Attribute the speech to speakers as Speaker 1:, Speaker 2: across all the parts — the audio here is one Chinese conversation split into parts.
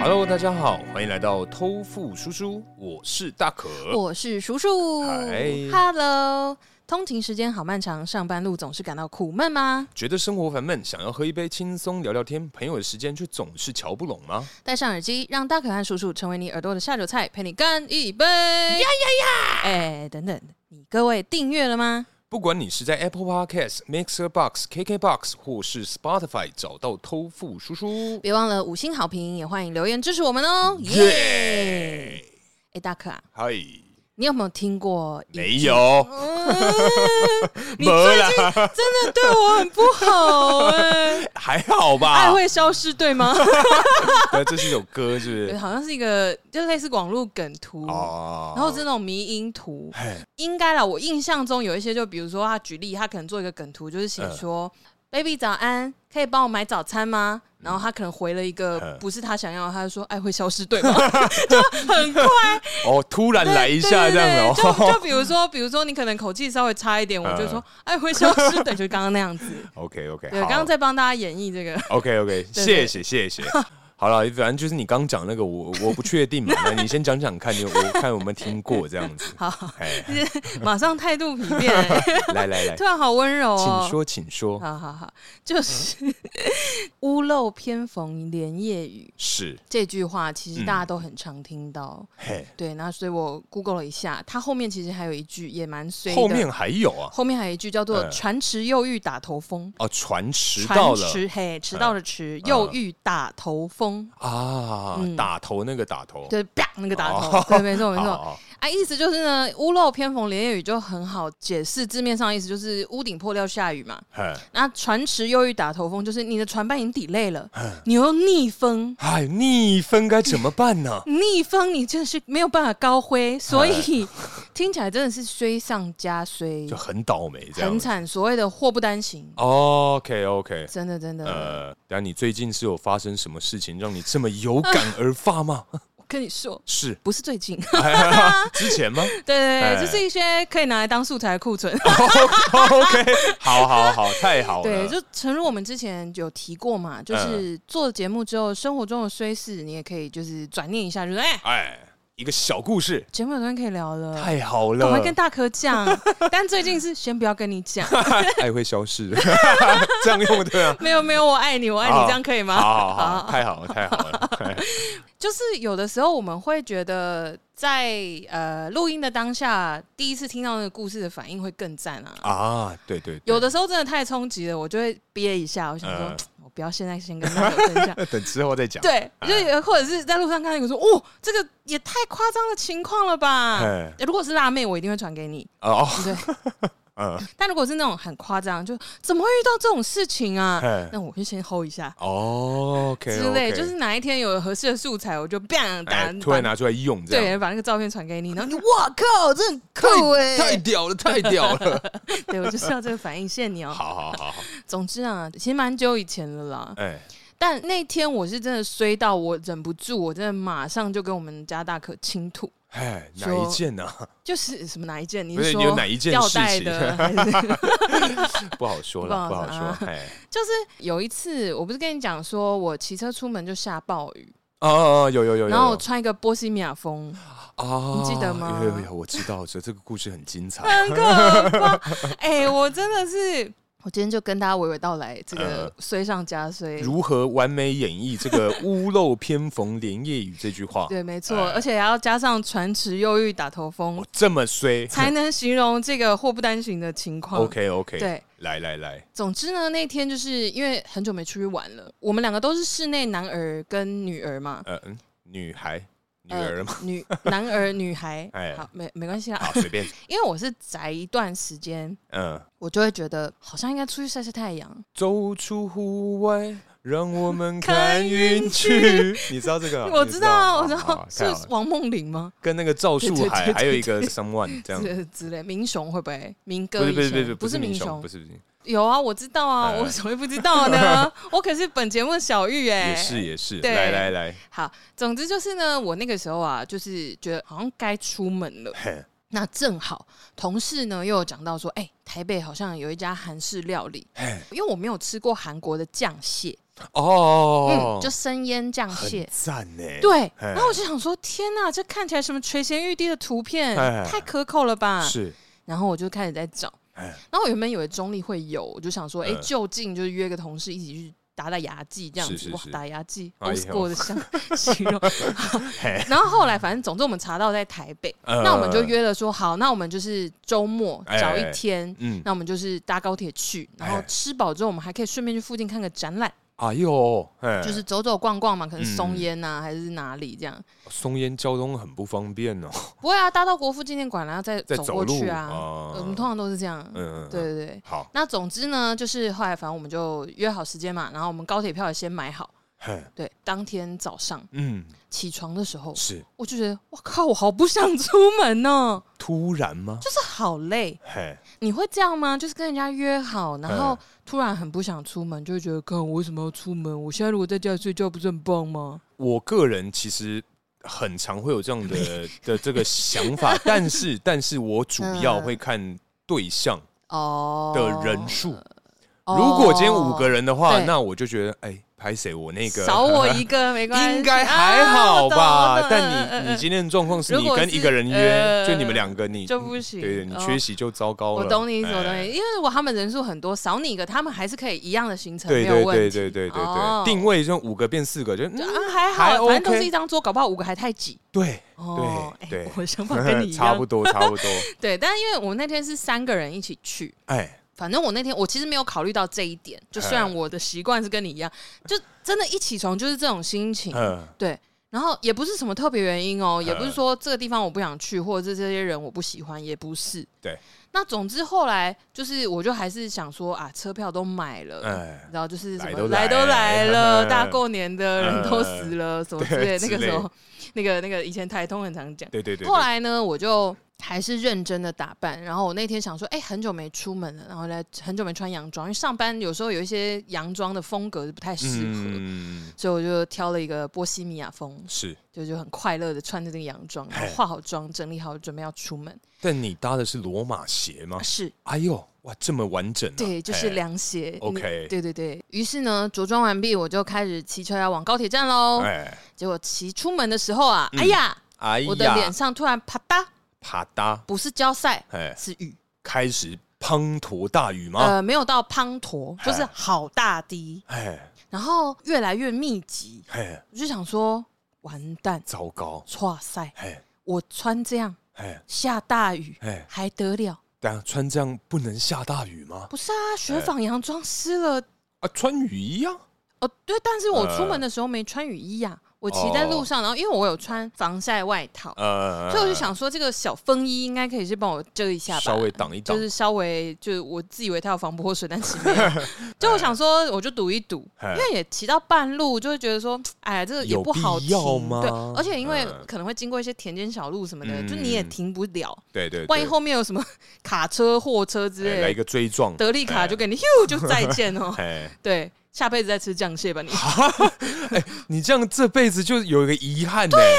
Speaker 1: Hello，大家好，欢迎来到偷富叔叔，我是大可。
Speaker 2: 我是叔叔
Speaker 1: 嗨
Speaker 2: ，Hello。通勤时间好漫长，上班路总是感到苦闷吗？
Speaker 1: 觉得生活烦闷，想要喝一杯轻松聊聊天，朋友的时间却总是瞧不拢吗？
Speaker 2: 戴上耳机，让大可和叔叔成为你耳朵的下酒菜，陪你干一杯！呀呀呀！哎，等等，你各位订阅了吗？
Speaker 1: 不管你是在 Apple Podcast、Mixer Box、KK Box 或是 Spotify 找到偷富叔叔，
Speaker 2: 别忘了五星好评，也欢迎留言支持我们哦！耶！
Speaker 1: 耶！
Speaker 2: 哎，大可啊，
Speaker 1: 嗨，
Speaker 2: 你有没有听过？嗯
Speaker 1: 没有，
Speaker 2: 你
Speaker 1: 没
Speaker 2: 最
Speaker 1: 啦
Speaker 2: 近真的对我很不好哎、
Speaker 1: 还好吧？
Speaker 2: 爱哎会消失对吗？
Speaker 1: 呃，这是一首歌，是不是？
Speaker 2: 好像是一个，就类似网络梗图
Speaker 1: 哦
Speaker 2: 然后是那种迷因图
Speaker 1: 嘿，
Speaker 2: 应该啦。我印象中有一些，就比如说他举例，他可能做一个梗图，就是写
Speaker 1: 嗯
Speaker 2: 说、b a b y 早安，可以帮我买早餐吗？”然后他可能回了一个
Speaker 1: 嗯
Speaker 2: 不是他想要的，他就说“爱哎会消失，对吗？”就很快
Speaker 1: 哦，突然 来一下
Speaker 2: 对
Speaker 1: 这
Speaker 2: 对
Speaker 1: 样子
Speaker 2: 对 就就
Speaker 1: 哦。
Speaker 2: 比如说，比如说你可能口气稍微差一点，我就
Speaker 1: 嗯
Speaker 2: 说“爱会消失”， 对，就刚刚那样子。
Speaker 1: OK OK，
Speaker 2: 对，刚刚在帮大家演绎 这个，
Speaker 1: OK OK，
Speaker 2: 对
Speaker 1: 谢谢谢 谢。好了，反正就是你刚讲那个，我我不确定嘛，那你先讲讲看，你我看有没有听过这样子。
Speaker 2: 好，
Speaker 1: 哎，
Speaker 2: 马上态度疲 变、
Speaker 1: 来来来
Speaker 2: 突，然好温柔哦。
Speaker 1: 请说嗯请说，
Speaker 2: 好好好，就是 屋漏偏逢连夜雨
Speaker 1: 是
Speaker 2: 这句话，其实
Speaker 1: 嗯
Speaker 2: 大家都很常听到。
Speaker 1: 嘿，
Speaker 2: 对，那所以我 Google 了一下，它后面其实还有一句也蛮随的，
Speaker 1: 后面还有啊，
Speaker 2: 后面还有一句叫做
Speaker 1: 嗯
Speaker 2: “船迟又遇打头风”。
Speaker 1: 哦，船迟到
Speaker 2: 船
Speaker 1: 了呃
Speaker 2: 迟嘿，迟到的迟，又遇打头风，
Speaker 1: 啊，
Speaker 2: 嗯
Speaker 1: 打头那个打头，
Speaker 2: 对，啪那个打头，
Speaker 1: 哦
Speaker 2: 对，没错没
Speaker 1: 好，
Speaker 2: 错。
Speaker 1: 好
Speaker 2: 啊，意思就是呢，屋漏偏逢连夜雨就很好解释，字面上的意思就是屋顶破掉下雨嘛，
Speaker 1: 嘿，
Speaker 2: 那船迟又遇打头风，就是你的船班已经抵累了，
Speaker 1: 嗯
Speaker 2: 你又逆 风，
Speaker 1: 哎，逆风该怎么办 呢？
Speaker 2: 逆风你真的是没有办法高
Speaker 1: 哎
Speaker 2: 挥，所以听起来真的是衰上加衰
Speaker 1: 就，很倒霉这样
Speaker 2: 很
Speaker 1: 子。
Speaker 2: 惨。所谓的祸不单行，
Speaker 1: OK OK，
Speaker 2: 真的真的。
Speaker 1: 呃，等下你最近是有发生什么事情让你这么有感而发 吗？
Speaker 2: 我跟你说，
Speaker 1: 是
Speaker 2: 不是最近， 对
Speaker 1: 之前吗？
Speaker 2: 对
Speaker 1: 哎
Speaker 2: 对，就是一些可以拿来当素材的库存。
Speaker 1: OK，好好好，太好了。
Speaker 2: 对，就诚如我们之前有提过
Speaker 1: 哎
Speaker 2: 嘛，就是做节目之后，生活中的衰事，你也可以就是转念一下，就是哎，
Speaker 1: 哎，一个小故事，
Speaker 2: 节目有东西可以聊了，
Speaker 1: 太好
Speaker 2: 嗯赶
Speaker 1: 了
Speaker 2: 快，跟大可讲，但最近是先不要跟你讲。
Speaker 1: 爱会消逝， 这样用对 啊。
Speaker 2: 没有没有，我爱你，我爱你，
Speaker 1: 好
Speaker 2: 这样可以吗？
Speaker 1: 好好好，太好了，太好了。哎
Speaker 2: 就是有的时候我们会觉得在呃录音的当下，第一次听到那个故事的反应会更赞啊。
Speaker 1: 啊，对对，对
Speaker 2: 有的时候真的太冲击了，我就会憋一下，我想说，
Speaker 1: 嗯
Speaker 2: 我不要现在先跟大家分 享。
Speaker 1: 等之后再讲。
Speaker 2: 对，就有
Speaker 1: 呃
Speaker 2: 或者是在路上看到有人说，哦，这个也太夸张的情况了吧
Speaker 1: 哎？
Speaker 2: 如果是辣妹，我一定会传给你。
Speaker 1: 哦，
Speaker 2: 对，
Speaker 1: 嗯，
Speaker 2: 但如果是那种很夸张，就怎么会遇到这种事情啊
Speaker 1: 哎？
Speaker 2: 那我就先 hold 一下。
Speaker 1: 哦，OK，
Speaker 2: 之类，就是哪一天有合适的素材，我就 bang 打
Speaker 1: 哎，，突然
Speaker 2: 把
Speaker 1: 拿出来用，这样
Speaker 2: 对，把那个照片传给你，然后你哇靠，这很酷哎、
Speaker 1: 太屌了，太屌了。
Speaker 2: 对我就是要这个反应，谢谢你哦、
Speaker 1: 好好好好，
Speaker 2: 总之啊，其实蛮久以前了啦，
Speaker 1: 哎，
Speaker 2: 但那天我是真的衰到我忍不住，我真的马上就跟我们家大可倾吐，
Speaker 1: 哎，哪
Speaker 2: 说
Speaker 1: 一件呢？
Speaker 2: 就是什么哪一件？你
Speaker 1: 不是
Speaker 2: 说
Speaker 1: 有哪一件
Speaker 2: 吊
Speaker 1: 事
Speaker 2: 带
Speaker 1: 情
Speaker 2: 的？ 还是
Speaker 1: 不好说了，不
Speaker 2: 不好
Speaker 1: 好
Speaker 2: 说啊
Speaker 1: 说。哎，
Speaker 2: 就是有一次，我不是跟你讲说我骑车出门就下暴雨，
Speaker 1: 哦哦，哦有有有有，
Speaker 2: 然后我
Speaker 1: 有
Speaker 2: 穿一个波西米 亚风。
Speaker 1: 啊，
Speaker 2: 你记得吗
Speaker 1: 有有有，我知道，这这个故事很精彩。
Speaker 2: 很可怕。哎、我真的是，我今天就跟大家娓娓道来这个
Speaker 1: 呃
Speaker 2: 衰上加衰。
Speaker 1: 如何完美演绎这个“屋漏偏逢连夜雨”这句话？
Speaker 2: 对，没错，
Speaker 1: 哎
Speaker 2: 而且还要加上船迟又遇打头风
Speaker 1: 我，这么衰
Speaker 2: 才能形容这个祸不单行的情况。
Speaker 1: ，OK OK，
Speaker 2: 对，
Speaker 1: 来来来，
Speaker 2: 总之呢，那天就是因为很
Speaker 1: 哎
Speaker 2: 久没出去玩了，我们两个都是室内男儿跟女儿嘛，
Speaker 1: 呃，嗯女孩女儿了吗？
Speaker 2: 呃女男儿女 孩，
Speaker 1: 哎
Speaker 2: 好没没关系啦
Speaker 1: 好，，随便，
Speaker 2: 因为我是宅一段时间，
Speaker 1: 嗯，
Speaker 2: 我就会觉得好像应该出去晒晒太阳。
Speaker 1: 走出户外，让我们
Speaker 2: 看
Speaker 1: 看云
Speaker 2: 云
Speaker 1: 去。你知道这个？
Speaker 2: 我
Speaker 1: 哦你
Speaker 2: 知道啊，我
Speaker 1: 好
Speaker 2: 知
Speaker 1: 好
Speaker 2: 道
Speaker 1: 好
Speaker 2: 是
Speaker 1: 哦太好了
Speaker 2: 王梦玲吗？
Speaker 1: 跟那个赵树
Speaker 2: 对对对
Speaker 1: 海
Speaker 2: 对
Speaker 1: 还有一个 someone 这样。
Speaker 2: 之之类，明雄会不会？明
Speaker 1: 嗯不
Speaker 2: 哥
Speaker 1: 是
Speaker 2: 以
Speaker 1: 不
Speaker 2: 前
Speaker 1: 是不是
Speaker 2: 不
Speaker 1: 是
Speaker 2: 明
Speaker 1: 雄，不是不是，
Speaker 2: 有啊，我知道啊，
Speaker 1: 哎
Speaker 2: 我怎么会不知道 呢？我可是本节目的小玉哎、
Speaker 1: 也是也是。
Speaker 2: 对
Speaker 1: 来来来，
Speaker 2: 好，总之就是呢，我那个时候啊，就是觉得好像该出门了。
Speaker 1: 嘿
Speaker 2: 那正好同事呢又有讲到说，哎、台北好像有一家韩式料理，因为我没有吃过韩国的酱蟹，
Speaker 1: 哦
Speaker 2: 嗯，，就生腌酱
Speaker 1: 很
Speaker 2: 蟹。
Speaker 1: 赞呢。
Speaker 2: 对，
Speaker 1: 嘿
Speaker 2: 然后我就想说，天呐，这看起来什么垂涎欲滴的图片
Speaker 1: 哎，
Speaker 2: 太可口了吧？
Speaker 1: 是
Speaker 2: 然后我就开始在找，
Speaker 1: 哎
Speaker 2: 然后我原本以为中立会有，我就想说，哎、
Speaker 1: 嗯
Speaker 2: 就近就是约个同事一起去打打牙祭这样子，
Speaker 1: 是是
Speaker 2: 哇
Speaker 1: 是，
Speaker 2: 打牙祭
Speaker 1: 哎呦
Speaker 2: ，old school 的像形容
Speaker 1: 嘿。
Speaker 2: 然后后来反正总之我们查到在台北，
Speaker 1: 嗯
Speaker 2: 那我们就约了说，好，那我们就是周末
Speaker 1: 哎
Speaker 2: 找一天。
Speaker 1: 嗯，
Speaker 2: 那我们就是搭高铁去，然后
Speaker 1: 哎
Speaker 2: 吃饱之后，我们还可以顺便去附近看个展览，
Speaker 1: 哎呦，嘿
Speaker 2: 就是走走逛逛嘛，可能
Speaker 1: 嗯
Speaker 2: 松烟呐、还是哪里这样。
Speaker 1: 松烟交通很不方便哦，
Speaker 2: 不会啊，搭到国父纪念馆然后再
Speaker 1: 在
Speaker 2: 走
Speaker 1: 走
Speaker 2: 过
Speaker 1: 路
Speaker 2: 去啊。
Speaker 1: 哦
Speaker 2: 我们通常都是这样。
Speaker 1: 嗯，嗯，
Speaker 2: 对
Speaker 1: 嗯
Speaker 2: 对对。
Speaker 1: 好，
Speaker 2: 那总之呢，就是后来反正我们就约好时间嘛，然后我们高铁票也先买好。
Speaker 1: 嘿，
Speaker 2: 对，当天早上
Speaker 1: 嗯，
Speaker 2: 起床的时候，
Speaker 1: 是
Speaker 2: 我就觉得我靠，我好不想出门哦，
Speaker 1: 突然吗？
Speaker 2: 就是好累。
Speaker 1: 嘿，
Speaker 2: 你会这样吗？就是跟人家约好，然后
Speaker 1: 嗯
Speaker 2: 突然很不想出门，就会觉得，看我为什么要出门？我现在如果在家睡觉，不是很棒吗？
Speaker 1: 我个人其实很常会有这样 的的这个想法，但是但是我主要会看对象
Speaker 2: 嗯哦
Speaker 1: 的人数。
Speaker 2: 哦
Speaker 1: 如果今天五个人的话，
Speaker 2: 对
Speaker 1: 那我就觉得，哎，拍谁我那个
Speaker 2: 哦少我一个没关系，
Speaker 1: 应该还好
Speaker 2: 啊我
Speaker 1: 吧
Speaker 2: 懂我懂？嗯
Speaker 1: 但
Speaker 2: 嗯
Speaker 1: 你
Speaker 2: 嗯
Speaker 1: 你今天的状况是
Speaker 2: 如
Speaker 1: 你
Speaker 2: 果
Speaker 1: 跟
Speaker 2: 是
Speaker 1: 一个人约，
Speaker 2: 呃
Speaker 1: 就你们两个，你
Speaker 2: 就不行
Speaker 1: 对，你
Speaker 2: 哦
Speaker 1: 缺席就糟糕了。
Speaker 2: 我懂你意思，我懂
Speaker 1: 哎
Speaker 2: 你意思，因为如果他们人数很多，少你一个，他们还是可以一样的行程，
Speaker 1: 哎对
Speaker 2: 没
Speaker 1: 对
Speaker 2: 有问
Speaker 1: 对
Speaker 2: 题。
Speaker 1: 对对对
Speaker 2: 哦
Speaker 1: 对，定位就五个变四个，就嗯
Speaker 2: 就啊，还
Speaker 1: 还
Speaker 2: 好，反正都
Speaker 1: OK
Speaker 2: 是一张桌，搞不好五个还太挤。
Speaker 1: 对
Speaker 2: 哦，哎
Speaker 1: 对
Speaker 2: 我想法跟你一
Speaker 1: 差
Speaker 2: 样
Speaker 1: 不。多差不 多。
Speaker 2: 对，但因为我那天是三个人一起去，
Speaker 1: 哎，
Speaker 2: 反正我那天我其实没有考虑到这一点，就虽
Speaker 1: 嗯
Speaker 2: 然我的习惯是跟你一样，就真的一起床就是这种心情。
Speaker 1: 嗯，
Speaker 2: 对。然后也不是什么特别原因哦，也不是
Speaker 1: 嗯
Speaker 2: 说这个地方我不想去，或者是这些人我不喜欢，也不是。
Speaker 1: 对。
Speaker 2: 那总之后来就是，我就还是想说啊，车票都买了，
Speaker 1: 哎
Speaker 2: 你知道就是什
Speaker 1: 来
Speaker 2: 么
Speaker 1: 都
Speaker 2: 来都来
Speaker 1: 来
Speaker 2: 了，
Speaker 1: 嗯
Speaker 2: 大过年的人都死了，什么之类的。
Speaker 1: 对
Speaker 2: 那个
Speaker 1: 之类
Speaker 2: 时候，那个那个以前台通很常讲。
Speaker 1: 对对对。对
Speaker 2: 后来呢，我就还是认真的打扮。然后我那天想说，哎、很久没出门了，然后来很久没穿洋装，因为上班有时候有一些洋装的风格是不太适合。
Speaker 1: 嗯，
Speaker 2: 所以我就挑了一个波西米亚风，
Speaker 1: 是。
Speaker 2: 就就很快乐的穿着这个洋装，然后
Speaker 1: 嘿
Speaker 2: 化好妆，整理好，准备要出门。
Speaker 1: 但你搭的是罗马鞋吗？
Speaker 2: 是
Speaker 1: 哎呦，哇，这么完整、啊。
Speaker 2: 对，就是
Speaker 1: 哎。
Speaker 2: 凉鞋。
Speaker 1: OK
Speaker 2: 你对对对。于是呢，着装完毕，我就开始骑车要往高铁站喽。
Speaker 1: 哎，
Speaker 2: 结果骑出门的时候啊，哎呀，
Speaker 1: 哎
Speaker 2: 我的脸
Speaker 1: 呀，
Speaker 2: 上突然啪嗒，
Speaker 1: 啪嗒，
Speaker 2: 不是胶塞，
Speaker 1: 哎，
Speaker 2: 是雨。
Speaker 1: 开始滂沱大雨吗？
Speaker 2: 呃，没有到滂沱，就是
Speaker 1: 嘿
Speaker 2: 好大滴，
Speaker 1: 哎
Speaker 2: 然后越来越密集。
Speaker 1: 哎，
Speaker 2: 我就想说，完蛋，
Speaker 1: 糟糕，
Speaker 2: 哇塞，
Speaker 1: 哎
Speaker 2: 我穿这样
Speaker 1: 哎
Speaker 2: 下大雨
Speaker 1: 哎，
Speaker 2: 还得了？
Speaker 1: 等下穿这样不能下大雨吗？
Speaker 2: 不是啊，
Speaker 1: 哎
Speaker 2: 雪纺洋装湿了。
Speaker 1: 啊，穿雨衣呀、
Speaker 2: 哦，对，但是我出
Speaker 1: 呃哦
Speaker 2: 门的时候没穿雨衣呀、我骑在路上，然后因为我有穿防晒外套，
Speaker 1: 呃，
Speaker 2: 所以我就想说，这个小风衣应该可以去帮我遮一下吧，
Speaker 1: 稍微挡一挡，
Speaker 2: 就是稍微就是我自以为它有防泼水，但其实 没有。就我想说，我就赌一赌，
Speaker 1: 哎
Speaker 2: 因为也骑到半路，就会觉得说，哎，这个也
Speaker 1: 有
Speaker 2: 不好
Speaker 1: 必要
Speaker 2: 停
Speaker 1: 吗
Speaker 2: 对，而且因为
Speaker 1: 嗯
Speaker 2: 可能会经过一些田间小路什么的，
Speaker 1: 嗯
Speaker 2: 就你也停不了，
Speaker 1: 对对对，
Speaker 2: 万一后面有什么卡车、货车之
Speaker 1: 哎来
Speaker 2: 类
Speaker 1: 一
Speaker 2: 的，
Speaker 1: 个追撞，
Speaker 2: 德利卡
Speaker 1: 哎。
Speaker 2: 就给你咻就再见哦
Speaker 1: 哎，
Speaker 2: 对，下辈子再吃酱蟹吧你。
Speaker 1: 你这样这辈子就有一个遗憾呢、对
Speaker 2: 啊
Speaker 1: 呀、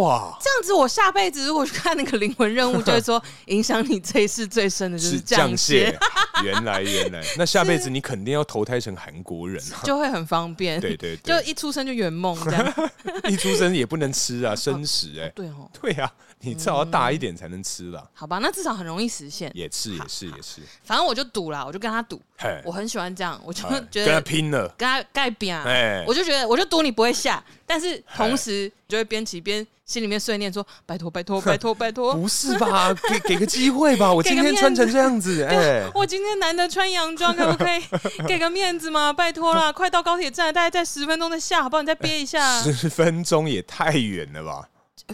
Speaker 1: 哇，
Speaker 2: 这样子，我下辈子如果去看那个灵魂任务，就会说影响你这一世最深的就是酱蟹，，
Speaker 1: 啊 原来原来，那下辈子你肯定要投胎成韩国 人啊！
Speaker 2: 就会很方便。
Speaker 1: 对对
Speaker 2: 就
Speaker 1: 对，
Speaker 2: 一出生就圆梦 这样。
Speaker 1: 一出生也不能吃啊，生食哎、
Speaker 2: 对哦，
Speaker 1: 对啊，你至少要大一点才能吃啦。
Speaker 2: 好吧，那至少很容易实现。
Speaker 1: 也是也是也是，
Speaker 2: 反正我就赌啦，我就跟他赌，
Speaker 1: 嘿，
Speaker 2: 我很喜欢这样，我就
Speaker 1: 哎
Speaker 2: 觉
Speaker 1: 跟他
Speaker 2: 得。
Speaker 1: 拼了，
Speaker 2: 跟他盖饼啊
Speaker 1: 哎，
Speaker 2: 我就觉得，我就赌你不会下，但是同时就会边骑边心里面碎念说：“拜托，拜托，拜托，拜托！
Speaker 1: 不是吧？给给个机会 吧，我
Speaker 2: 哦给个
Speaker 1: 今天
Speaker 2: 面
Speaker 1: 穿
Speaker 2: 子啊
Speaker 1: 成这样 子，哎，
Speaker 2: 我今天难得穿洋装，可不 可以给个面子嘛？拜托啦，快到高铁站了，大概在十分钟再下，好不好？你再憋一下。
Speaker 1: 十分钟也太远了吧？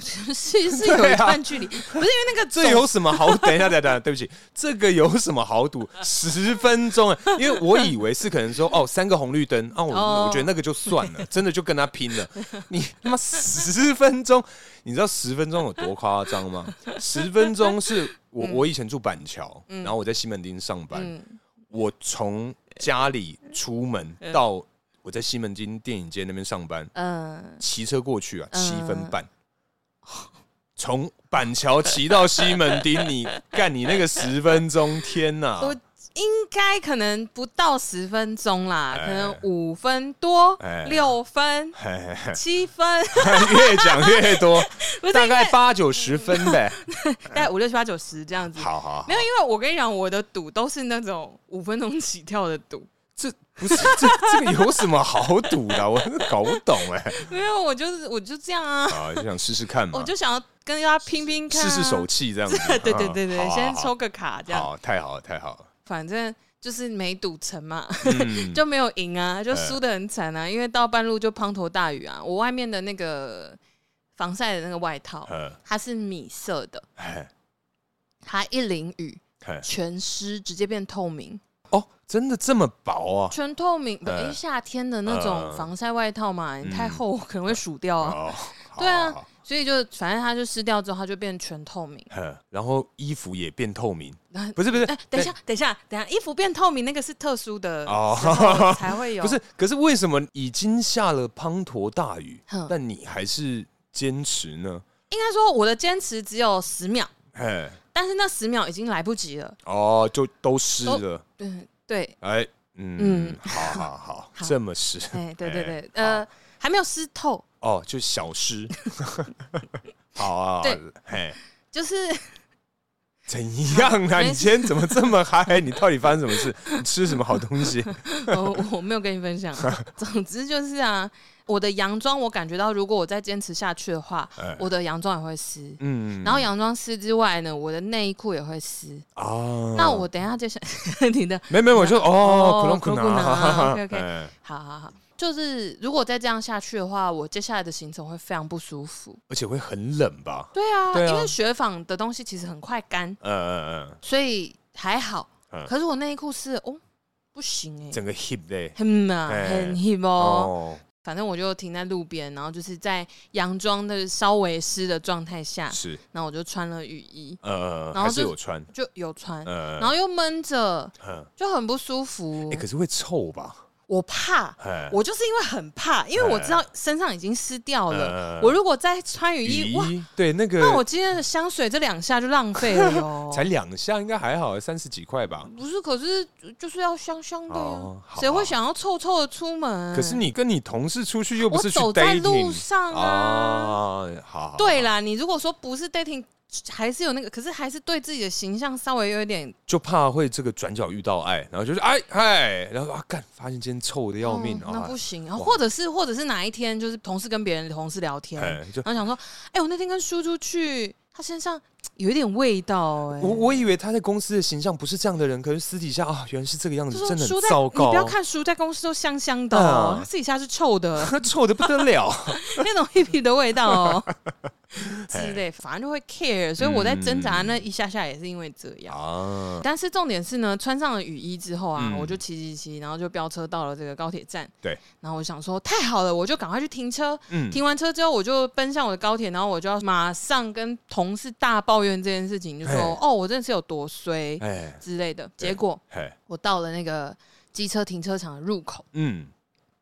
Speaker 2: 是是
Speaker 1: 啊
Speaker 2: 有一段距离， 不是因为那个
Speaker 1: 这
Speaker 2: 总
Speaker 1: 有什么好？等一下，等一下，等一下，对不起，这个有什么好 赌？十分钟啊！因为我以为是可能说哦，三个红绿灯啊，我、
Speaker 2: 哦
Speaker 1: 我觉得那个就算了，真的就跟他拼 了。你他妈十分钟，你知道十分钟有多夸张吗？十分钟是我、我以前住板桥，然后我在西门町上班，
Speaker 2: 嗯
Speaker 1: 我从家里出门到我在西门町电影街那边上班，
Speaker 2: 嗯，
Speaker 1: 骑车过去啊，
Speaker 2: 嗯
Speaker 1: 七分半，从板桥骑到西门町，你干你那个十分钟，天哪！
Speaker 2: 呃我应该可能不到十分钟啦，
Speaker 1: 哎
Speaker 2: 可能五分多
Speaker 1: 哎、
Speaker 2: 六分、
Speaker 1: 嘿嘿
Speaker 2: 七分，
Speaker 1: 嘿越讲越多，
Speaker 2: 不是
Speaker 1: 大概八九十分 呗。
Speaker 2: 大概五六七八九十这样子。
Speaker 1: 好好，好
Speaker 2: 没有，因为我跟你讲，我的赌都是那种五分钟起跳的赌，
Speaker 1: 这不是这这个有什么好赌的啊？我真的搞不懂哎。
Speaker 2: 没有，我就是我就这样啊，
Speaker 1: 啊，就想试试看
Speaker 2: 我
Speaker 1: 嘛，
Speaker 2: 就想要跟他拼拼看、啊，。
Speaker 1: 试试手。气这样子
Speaker 2: 对对对对，
Speaker 1: 啊
Speaker 2: 先抽。个卡这
Speaker 1: 好好好
Speaker 2: 样，
Speaker 1: 好，太好了，太好了。
Speaker 2: 反正就是没赌成嘛。
Speaker 1: 嗯，
Speaker 2: 就没有赢啊，就输的很惨啊，因为到半路就滂沱大雨啊。我外面的那个防晒的那个外套，
Speaker 1: 呃，
Speaker 2: 它是米色的，
Speaker 1: 嘿
Speaker 2: 它一淋雨
Speaker 1: 嘿
Speaker 2: 全湿，直接变透明，
Speaker 1: 哦，真的这么薄啊？
Speaker 2: 全透明。不，
Speaker 1: 呃
Speaker 2: 因为夏天的那种
Speaker 1: 呃
Speaker 2: 防晒外套嘛，你太
Speaker 1: 嗯
Speaker 2: 厚我可能会数掉啊。
Speaker 1: 哦，好
Speaker 2: 对啊
Speaker 1: 好好，
Speaker 2: 所以就反正它就湿掉之后，它就变全透明。
Speaker 1: 呵然后衣服也变透明
Speaker 2: 啊，
Speaker 1: 不是不是
Speaker 2: 哎、，等一下，等一下，等一下，衣服变透明那个是特殊的
Speaker 1: 哦
Speaker 2: 时候才会有，
Speaker 1: 不是，可是为什么已经下了滂沱大雨
Speaker 2: 哼，
Speaker 1: 但你还是坚持呢？
Speaker 2: 应该说我的坚持只有十秒，
Speaker 1: 嘿，
Speaker 2: 但是那十秒已经来不及了。
Speaker 1: 哦，就都湿了，
Speaker 2: 对对，
Speaker 1: 哎，嗯
Speaker 2: 哦嗯，
Speaker 1: 好好好，
Speaker 2: 好
Speaker 1: 这么湿，
Speaker 2: 哎，对对
Speaker 1: 哎
Speaker 2: 对，呃，还没有湿透，
Speaker 1: 哦，就小湿， 好啊，
Speaker 2: 对
Speaker 1: 嘿，
Speaker 2: 就是
Speaker 1: 怎样啊？
Speaker 2: 没
Speaker 1: 你今天怎么这么嗨？你到底发生什么事？ 你吃什么好东 西？
Speaker 2: 我哦我没有跟你分享。 总之就是啊，我的洋装我感觉到，如果我再坚持下去的话，
Speaker 1: 哎
Speaker 2: 我的洋装也会湿。
Speaker 1: 嗯，
Speaker 2: 然后洋装湿之外呢，我的内衣裤也会湿。
Speaker 1: 啊，
Speaker 2: 那我等一下就想 你的，
Speaker 1: 没没，我就哦，
Speaker 2: 哦
Speaker 1: 可能可能
Speaker 2: ，OK，OK
Speaker 1: 哎
Speaker 2: 好好好，就是如果再这样下去的话，我接下来的行程会非常不舒服。
Speaker 1: 而且会很冷吧？
Speaker 2: 对啊，
Speaker 1: 对啊
Speaker 2: 因为雪纺的东西其实很快干，
Speaker 1: 嗯嗯嗯
Speaker 2: 所以还好。
Speaker 1: 嗯
Speaker 2: 可是我内衣裤湿了，哦，不行哎、
Speaker 1: 嗯，整个 hip 嘞，
Speaker 2: 很啊，
Speaker 1: 哎
Speaker 2: 很 hip 哦
Speaker 1: 哦，
Speaker 2: 反正我就停在路边，然后就是在洋装的稍微湿的状态下，
Speaker 1: 是，
Speaker 2: 然后我就穿了雨衣，
Speaker 1: 啊呃，
Speaker 2: 然后
Speaker 1: 还是
Speaker 2: 就
Speaker 1: 有穿，
Speaker 2: 就有穿，
Speaker 1: 呃，
Speaker 2: 然后又闷着，
Speaker 1: 嗯，
Speaker 2: 就很不舒服。
Speaker 1: 哎，可是会臭吧？
Speaker 2: 我怕，
Speaker 1: 哎，
Speaker 2: 我就是因为很怕，因为我知道身上已经湿掉了，
Speaker 1: 呃
Speaker 2: 我如果再穿雨
Speaker 1: 雨
Speaker 2: 衣，哇，
Speaker 1: 衣对那
Speaker 2: 那我
Speaker 1: 个
Speaker 2: 今天的香水这两下就浪费 了哟。
Speaker 1: 才两下，应该还好，三十几块吧。
Speaker 2: 不是，可是就是要香香的
Speaker 1: 哦
Speaker 2: 呀，
Speaker 1: 好
Speaker 2: 谁
Speaker 1: 好
Speaker 2: 会想要臭臭的出门？
Speaker 1: 可是你跟你同事出去又不
Speaker 2: 嗯我
Speaker 1: 是去
Speaker 2: 走在
Speaker 1: dating
Speaker 2: 路上啊。
Speaker 1: 啊，好，好
Speaker 2: 对，啦，你如果说不是 dating，还是有那个，可是还是对自己的形象稍微有一点
Speaker 1: 就怕会这个转角遇到爱，然后就是哎嗨，然后啊干，发现今天臭的要命
Speaker 2: 嗯那
Speaker 1: 啊
Speaker 2: 不，行。
Speaker 1: 哇
Speaker 2: 或者是或者是哪一天就是同事跟别人的同事聊天，
Speaker 1: 哎
Speaker 2: 然
Speaker 1: 就。
Speaker 2: 后想说，哎、我那天跟叔出去，他身上嘖有一点味道、哎，
Speaker 1: 我我以为他在公司的形象不是这样的人，可是私底下啊，原来是这个样
Speaker 2: 就
Speaker 1: 子，
Speaker 2: 说
Speaker 1: 真的
Speaker 2: 叔
Speaker 1: 很
Speaker 2: 在，
Speaker 1: 糟糕。
Speaker 2: 你不要看叔在公司都香香的、哦，
Speaker 1: 嗯
Speaker 2: 他私底下是臭的，
Speaker 1: 他 臭的不得了。
Speaker 2: 那种 hippie 的味道哦。之
Speaker 1: 哎
Speaker 2: 类，反正就会 care，所以我在挣
Speaker 1: 嗯
Speaker 2: 扎那一下下也是因为这样。
Speaker 1: 啊，
Speaker 2: 但是重点是呢，穿上了雨衣之后啊，
Speaker 1: 嗯
Speaker 2: 我就骑骑骑，然后就飙车到了这个高铁站。
Speaker 1: 对，
Speaker 2: 然后我想说，太好了，我就赶快去停车。
Speaker 1: 嗯，
Speaker 2: 停完车之后，我就奔向我的高铁，然后我就要马上跟同事大抱怨这件事情，就说
Speaker 1: 嘿：“
Speaker 2: 哦，我真的是有多衰
Speaker 1: 哎，
Speaker 2: 之类的。”
Speaker 1: 对
Speaker 2: 结果
Speaker 1: 嘿，
Speaker 2: 我到了那个机车停车场的入口，
Speaker 1: 嗯，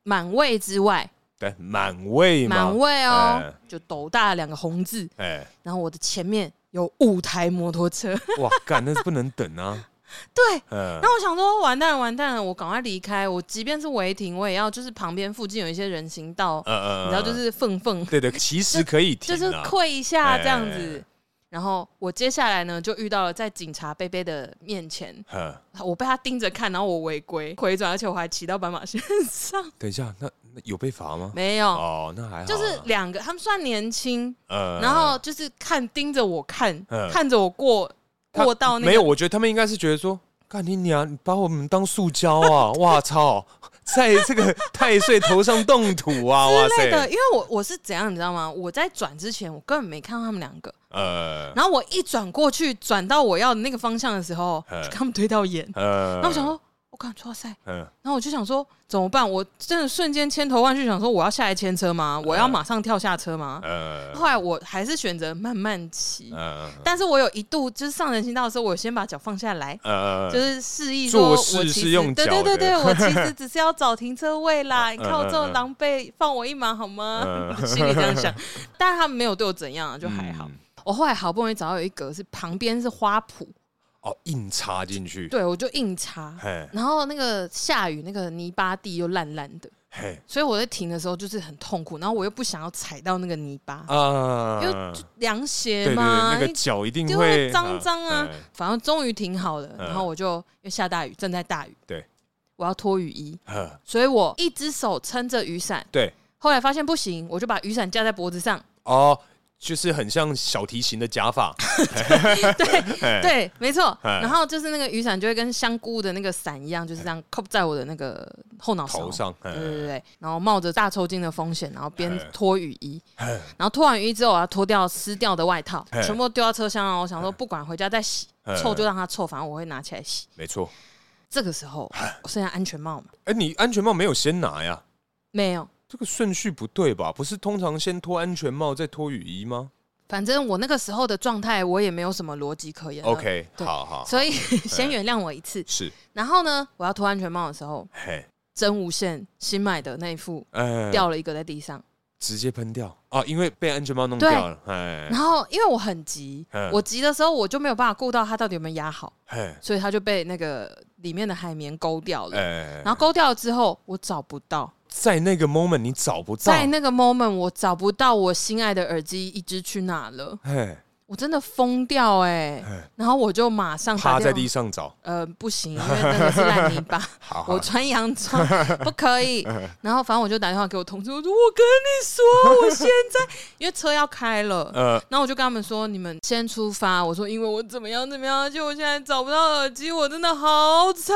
Speaker 2: 满位之外，
Speaker 1: 对，满位嘛，
Speaker 2: 满位哦，
Speaker 1: 哎
Speaker 2: 就斗大两个红字，
Speaker 1: 哎，
Speaker 2: 然后我的前面有五台摩托车，
Speaker 1: 哇，干，那是不能等啊，
Speaker 2: 对，
Speaker 1: 嗯，
Speaker 2: 那我想说，完蛋了，完蛋了，我赶快离开。我即便是违停，我也要就是旁边附近有一些人行道，
Speaker 1: 呃呃，
Speaker 2: 你知道，就是缝缝，
Speaker 1: 对对，其实可以停
Speaker 2: 就
Speaker 1: 啊，
Speaker 2: 是跪一下
Speaker 1: 哎
Speaker 2: 这样子。然后我接下来呢，就遇到了在警察贝贝的面前，
Speaker 1: 呵，
Speaker 2: 我被他盯着看，然后我违规回转，而且我还骑到斑马线上，
Speaker 1: 等一下，那那有被罚吗？
Speaker 2: 没有，
Speaker 1: 哦，那还好啊，
Speaker 2: 就是两个，他们算年轻，
Speaker 1: 呃
Speaker 2: 然后就是看盯着我看，
Speaker 1: 嗯
Speaker 2: 看着我过
Speaker 1: 他
Speaker 2: 过到那个
Speaker 1: 没有，我觉得他们应该是觉得说，干你娘，你把我们当塑胶啊，哇操！在这 个太岁头上动土啊！哇
Speaker 2: 之类的，
Speaker 1: 塞，
Speaker 2: 因为我我是怎样，你知道吗？我在转之前，我根本没看到他们两个。
Speaker 1: 呃
Speaker 2: 然后我一转过去，转到我要的那个方向的时候，
Speaker 1: 嗯
Speaker 2: 就跟他们对到眼。
Speaker 1: 呃，
Speaker 2: 然后我想，说，我靠，哇塞！
Speaker 1: 嗯，
Speaker 2: 然后我就想说怎么办？我真的瞬间千头万绪，想说我要下来牵车
Speaker 1: 嗯
Speaker 2: 吗？我要马上跳下车吗？
Speaker 1: 呃，
Speaker 2: 后来我还是选择慢慢骑，
Speaker 1: 呃，
Speaker 2: 但是我有一度就是上人行道的时候，我先把脚放下来。
Speaker 1: 呃，
Speaker 2: 就是示意
Speaker 1: 做
Speaker 2: 说，
Speaker 1: 事
Speaker 2: 我其
Speaker 1: 是
Speaker 2: 实
Speaker 1: 用
Speaker 2: 对
Speaker 1: 脚
Speaker 2: 对对
Speaker 1: 的
Speaker 2: 对，我其 实只是要找停车位啦，你
Speaker 1: 嗯
Speaker 2: 看我这
Speaker 1: 嗯
Speaker 2: 么
Speaker 1: 嗯
Speaker 2: 狼狈，放我一马好吗？
Speaker 1: 嗯
Speaker 2: 心里这 样想，但是他们没有对我怎样啊，就还好。
Speaker 1: 嗯
Speaker 2: 我后来好不容易找到有一格是旁边是花圃，
Speaker 1: 哦，硬插进去，
Speaker 2: 对我就硬插，
Speaker 1: 嘿，
Speaker 2: 然后那个下雨，那个泥巴地又烂烂的，
Speaker 1: 嘿，
Speaker 2: 所以我在停的时候就是很痛苦，然后我又不想要踩到那个泥巴，
Speaker 1: 啊，
Speaker 2: 因为就凉
Speaker 1: 对
Speaker 2: 鞋
Speaker 1: 对，对
Speaker 2: 嘛，
Speaker 1: 那个
Speaker 2: 你
Speaker 1: 脚一定
Speaker 2: 就
Speaker 1: 会
Speaker 2: 会脏脏啊
Speaker 1: 嗯。
Speaker 2: 反正终于停好了，
Speaker 1: 嗯
Speaker 2: 然后我就又下大雨，正在大雨，
Speaker 1: 对，
Speaker 2: 我要脱雨衣，
Speaker 1: 呃
Speaker 2: 所以我一只手撑着雨伞，
Speaker 1: 对，
Speaker 2: 后来发现不行，我就把雨伞架在脖子上，
Speaker 1: 哦，就是很像小提琴的假 发，对
Speaker 2: 对，没错，
Speaker 1: 哎嗯
Speaker 2: 然后就是那个雨伞就会跟香菇的那个伞一样，就是这样扣在我的那个后脑勺
Speaker 1: 头。上，
Speaker 2: 对
Speaker 1: 嗯
Speaker 2: 对对对，然后冒着大抽筋的风险，然后边
Speaker 1: 嗯
Speaker 2: 脱雨衣，
Speaker 1: 嗯
Speaker 2: 然后脱完雨衣之后，我要脱掉湿掉的外套，
Speaker 1: 嗯
Speaker 2: 全部丢到车厢啊了。我想说，不管回家再洗
Speaker 1: 嗯，
Speaker 2: 臭就让它臭，反正我会拿起来洗。
Speaker 1: 没错。
Speaker 2: 这个时候，
Speaker 1: 嗯
Speaker 2: 我剩下安全帽嘛，
Speaker 1: 哎，你安全帽没有先拿呀？
Speaker 2: 没有，
Speaker 1: 这个顺序不对吧？不是通常先脱安全帽再脱雨衣吗
Speaker 2: 反正我那个时候的状态，我也没有什么逻辑可言了。
Speaker 1: ？OK，
Speaker 2: 对
Speaker 1: 好好，
Speaker 2: 所以 先原谅我一次。
Speaker 1: 是，
Speaker 2: 然后呢，我要脱安全帽的时候，
Speaker 1: 嘿，
Speaker 2: 真无线新买的那一副
Speaker 1: 哎，
Speaker 2: 掉了一个在地上。
Speaker 1: 直接喷掉啊，因为被安全帽弄
Speaker 2: 对
Speaker 1: 掉了，哎
Speaker 2: 然，后因为我很急
Speaker 1: 嗯，
Speaker 2: 我急的时候我就没有办法顾到它到底有没有压好，
Speaker 1: 嘿，
Speaker 2: 所以它就被那个里面的海绵勾掉了。
Speaker 1: 哎，
Speaker 2: 然后勾掉了之后，我找不到，
Speaker 1: 在那个 moment 你找不到，
Speaker 2: 在那个 moment 我找不到我心爱的耳机，一只去哪了？
Speaker 1: 嘿，
Speaker 2: 我真的疯掉哎、
Speaker 1: 嗯
Speaker 2: 然后我就马上打
Speaker 1: 趴在
Speaker 2: 电话
Speaker 1: 地上找，
Speaker 2: 呃，不行，因为那个是烂泥巴，
Speaker 1: 好好
Speaker 2: 我穿洋装不可以。 然后反正我就打电话给我同事，我说我跟你说，我现在 因为车要开了，
Speaker 1: 呃，
Speaker 2: 然后我就跟他们说，你们先出发。我说因为我怎么样怎么样，就我现在找不到耳机，我真的好惨。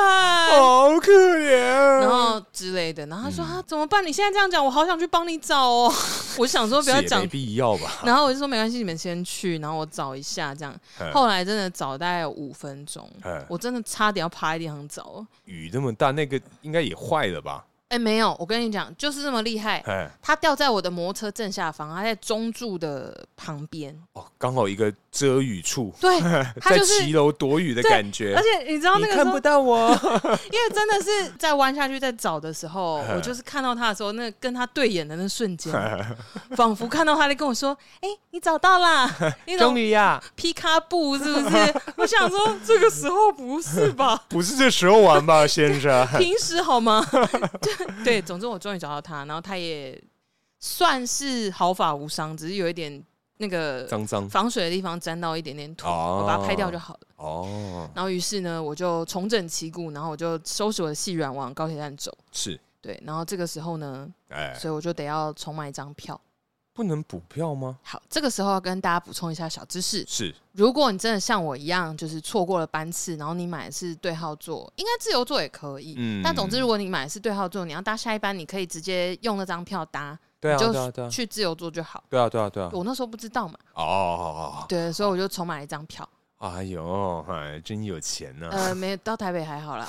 Speaker 1: 好可怜，
Speaker 2: 然后之类的，然后他
Speaker 1: 嗯
Speaker 2: 说、啊怎么办？你现在这样讲，我好想去帮你找哦。我想说不
Speaker 1: 这
Speaker 2: 要
Speaker 1: 也
Speaker 2: 讲
Speaker 1: 没必要吧？
Speaker 2: 然后我就说没关系，你们先去，然后我找一下这样
Speaker 1: 嗯。
Speaker 2: 后来真的找大概有五分钟
Speaker 1: 嗯，
Speaker 2: 我真的差点要趴在地上找了。
Speaker 1: 雨那么大，那个应该也坏了吧？
Speaker 2: 哎、没有，我跟你讲，就是这么 厉害。
Speaker 1: 哎，
Speaker 2: 它掉在我的摩托车正下方，它在中柱的旁边。
Speaker 1: 哦，刚好一个遮雨处，
Speaker 2: 对， 它
Speaker 1: 在
Speaker 2: 就是
Speaker 1: 骑。楼躲雨的
Speaker 2: 对
Speaker 1: 感觉
Speaker 2: 而，且你知道
Speaker 1: 你
Speaker 2: 那个时
Speaker 1: 看
Speaker 2: 候
Speaker 1: 不，到我，
Speaker 2: 因为真的是在弯下去在找的时候，我就是看到它的时候，那跟它对眼的那 瞬间，仿佛看到它在跟我说：“哎、你找 到啦！” 那种
Speaker 1: 终于呀，
Speaker 2: 皮卡布是不是？我想说这个时候不是吧？
Speaker 1: 不是这时候玩 吧，先生？
Speaker 2: 平时好吗？ 对对，总之我终于找到他，然后他也算是毫发无伤，只是有一点那个
Speaker 1: 脏脏
Speaker 2: 防水的地方沾到一点点土，
Speaker 1: 哦
Speaker 2: 我把它拍掉就好了。
Speaker 1: 哦，
Speaker 2: 然后于是呢，我就重整旗鼓，然后我就收拾我的细软往高铁站走。
Speaker 1: 是，
Speaker 2: 对，然后这个时候呢，
Speaker 1: 哎，
Speaker 2: 所以我就得要重买一张票。
Speaker 1: 不能补票吗？
Speaker 2: 好，这个时候要跟大家补充一下小知识，
Speaker 1: 是，
Speaker 2: 如果你真的像我一样，就是错过了班次，然后你买的是对号座，应该自由座也可以。
Speaker 1: 嗯
Speaker 2: 但总之，如果你买的是对号座，你要搭下一班，你可以直接用那张票搭，
Speaker 1: 对啊，
Speaker 2: 你
Speaker 1: 对啊，对
Speaker 2: 就
Speaker 1: 啊，
Speaker 2: 去自由座就好。
Speaker 1: 对啊，对啊，对啊，
Speaker 2: 我那时候不知道嘛，
Speaker 1: 哦，
Speaker 2: 对，所以我就重买了一张票。
Speaker 1: 哎呦，哎，真有钱呢，
Speaker 2: 呃，没有到台北还好啦，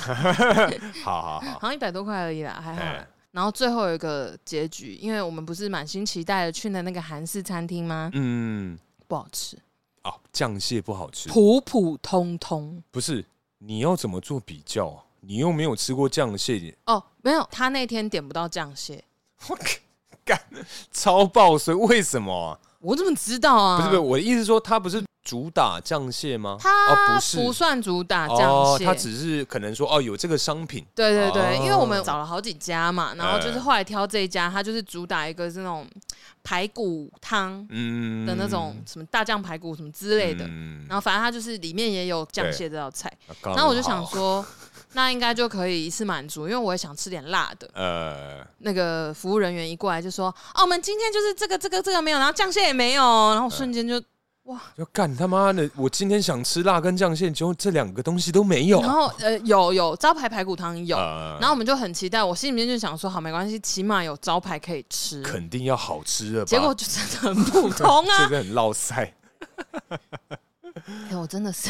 Speaker 1: 好
Speaker 2: 好
Speaker 1: 好好，
Speaker 2: 像一百多块而已啦，还好啦
Speaker 1: 哎。
Speaker 2: 然后最后有一个结局，因为我们不是满心期待的去了那个韩式餐厅吗？
Speaker 1: 嗯，
Speaker 2: 不好吃，
Speaker 1: 啊，酱蟹不好吃，
Speaker 2: 普普通通。
Speaker 1: 不是，你要怎么做比较啊？你又没有吃过酱蟹，
Speaker 2: 哦，没有，他那天点不到酱蟹，
Speaker 1: 我干超爆所以为什么啊、
Speaker 2: 我怎么知道啊？
Speaker 1: 不是不是，我的意思是说，它不是主打酱蟹吗？哦
Speaker 2: 它
Speaker 1: 不是
Speaker 2: 不算主打酱
Speaker 1: 哦，
Speaker 2: 蟹，
Speaker 1: 它只是可能说哦有这个商品，
Speaker 2: 对对对，
Speaker 1: 哦
Speaker 2: 因为我们找了好几家嘛，然后就是
Speaker 1: 嗯
Speaker 2: 后来挑这一家，它就是主打一个这种排骨汤
Speaker 1: 嗯
Speaker 2: 的那种什么大酱排骨什么之类的，
Speaker 1: 嗯
Speaker 2: 然后反正它就是里面也有酱蟹这道菜，
Speaker 1: 刚
Speaker 2: 然后我就想
Speaker 1: 好，
Speaker 2: 说，那应该就可以一次满足，因为我也想吃点辣的。
Speaker 1: 呃，
Speaker 2: 那个服务人员一过来就说：“哦，我们今天就是这个这个这个没有，然后酱蟹也没有。”然后我瞬间就、哇，
Speaker 1: 就干他妈的！我今天想吃辣跟酱蟹，结果这两个东西都没有。
Speaker 2: 然后呃，有有招牌排骨汤有，
Speaker 1: 呃
Speaker 2: 然后我们就很期待，我心里面就想说，好，没关系，起码有招牌可以吃。
Speaker 1: 肯定要好吃了吧？
Speaker 2: 结果就真的很普 通
Speaker 1: 这
Speaker 2: 啊！
Speaker 1: 个很落塞。
Speaker 2: 哎、我真的是，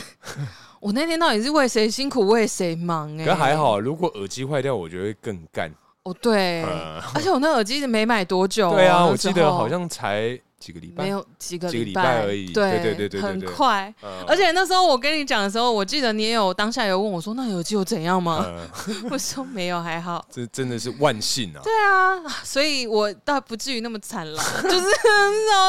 Speaker 2: 我那天到底是为谁辛苦为谁忙哎、
Speaker 1: 可还，好，如果耳机坏掉，我觉得会更干。
Speaker 2: 哦对，
Speaker 1: 呃
Speaker 2: 而且我那耳机没买多久、哦
Speaker 1: 对啊，
Speaker 2: 那
Speaker 1: 我记
Speaker 2: 时
Speaker 1: 得
Speaker 2: 候
Speaker 1: 好像才几个礼拜，
Speaker 2: 没有几个
Speaker 1: 几个礼
Speaker 2: 拜
Speaker 1: 拜而已
Speaker 2: 对
Speaker 1: 对对对对对
Speaker 2: 很
Speaker 1: 对
Speaker 2: 快。
Speaker 1: 呃
Speaker 2: 而且那时候我跟你讲的时候，我记得你也有当下有问我说：“那耳机有怎样吗
Speaker 1: 呃，？”
Speaker 2: 我说：“没有，还好。
Speaker 1: 这真的是万幸啊！”
Speaker 2: 对啊，所以我倒不至于那么惨 了，就是 那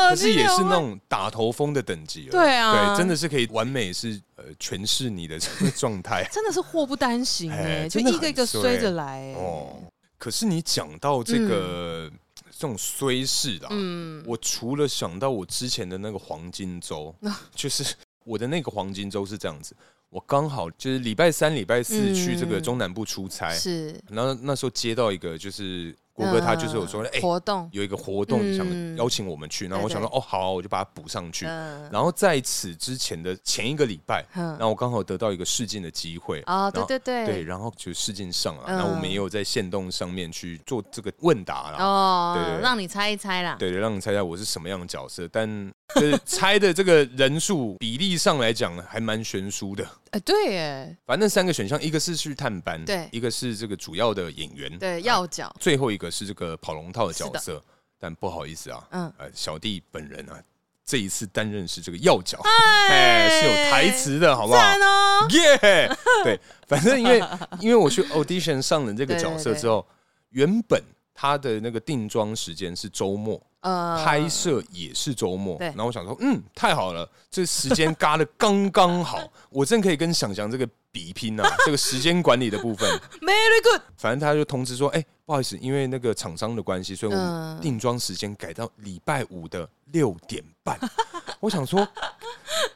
Speaker 1: 可
Speaker 2: 耳
Speaker 1: 是
Speaker 2: 机
Speaker 1: 也是那
Speaker 2: 啊没有坏
Speaker 1: 种打头风的等级了。
Speaker 2: 对啊
Speaker 1: 对，真的是可以完美是呃诠释你的这个状态
Speaker 2: 真的是祸不单行哎、
Speaker 1: 哎
Speaker 2: 就
Speaker 1: 真的
Speaker 2: 一个一个
Speaker 1: 很衰
Speaker 2: 追着来、哎
Speaker 1: 哦。可是你讲到这个这种虽事啊，
Speaker 2: 嗯，
Speaker 1: 我除了想到我之前的那个黄金周，
Speaker 2: 啊
Speaker 1: 就是我的那个黄金周是这样子，我刚好就是礼拜三、礼拜四
Speaker 2: 嗯
Speaker 1: 去这个中南部出差，
Speaker 2: 是
Speaker 1: 然后那时候接到一个就是国哥他就是有说，哎、
Speaker 2: 嗯活动，
Speaker 1: 有一个活动
Speaker 2: 嗯
Speaker 1: 想邀请我们去，然后我
Speaker 2: 对
Speaker 1: 想说，哦，好啊、我就把它补上去。
Speaker 2: 嗯，
Speaker 1: 然后在此之前的前一个礼拜，
Speaker 2: 嗯
Speaker 1: 然后我刚好得到一个试镜的机会
Speaker 2: 哦，对
Speaker 1: 然后
Speaker 2: 对对，
Speaker 1: 对，然后就试镜上了，
Speaker 2: 嗯
Speaker 1: 那、我们也有在线动上面去做这个问答啦。
Speaker 2: 哦，
Speaker 1: 对对对
Speaker 2: 让你猜一猜啦，
Speaker 1: 对对，让你猜猜我是什么样的角色，但就是猜的这个人数比例上来讲，还蛮悬殊的。
Speaker 2: 哎，对，哎，
Speaker 1: 反正三个选项，一个是去探班，
Speaker 2: 对
Speaker 1: 一个是这个主要的演员，
Speaker 2: 对，要角，
Speaker 1: 最后一个是这个跑龙套的角
Speaker 2: 是
Speaker 1: 色。但不好意思啊，
Speaker 2: 嗯，
Speaker 1: 呃，小弟本人啊，这一次担任是这个要角，
Speaker 2: 哎
Speaker 1: 哎，是有台词的，好不好？
Speaker 2: 赞哦，
Speaker 1: 耶、对，反正因为因为我去 audition 上了这个角色之后，原本他的那个定妆时间是周末，
Speaker 2: 呃，
Speaker 1: 拍摄也是周末，
Speaker 2: 对
Speaker 1: 然后我想说，嗯，太好了，这时间嘎的刚刚好，我真可以跟想想这个比拼啊，这个时间管理的部分。
Speaker 2: very good，
Speaker 1: 反正他就通知说，哎、不好意思，因为那个厂商的关系，所以我
Speaker 2: 嗯
Speaker 1: 们定妆时间改到礼拜五的六点半。 我想说，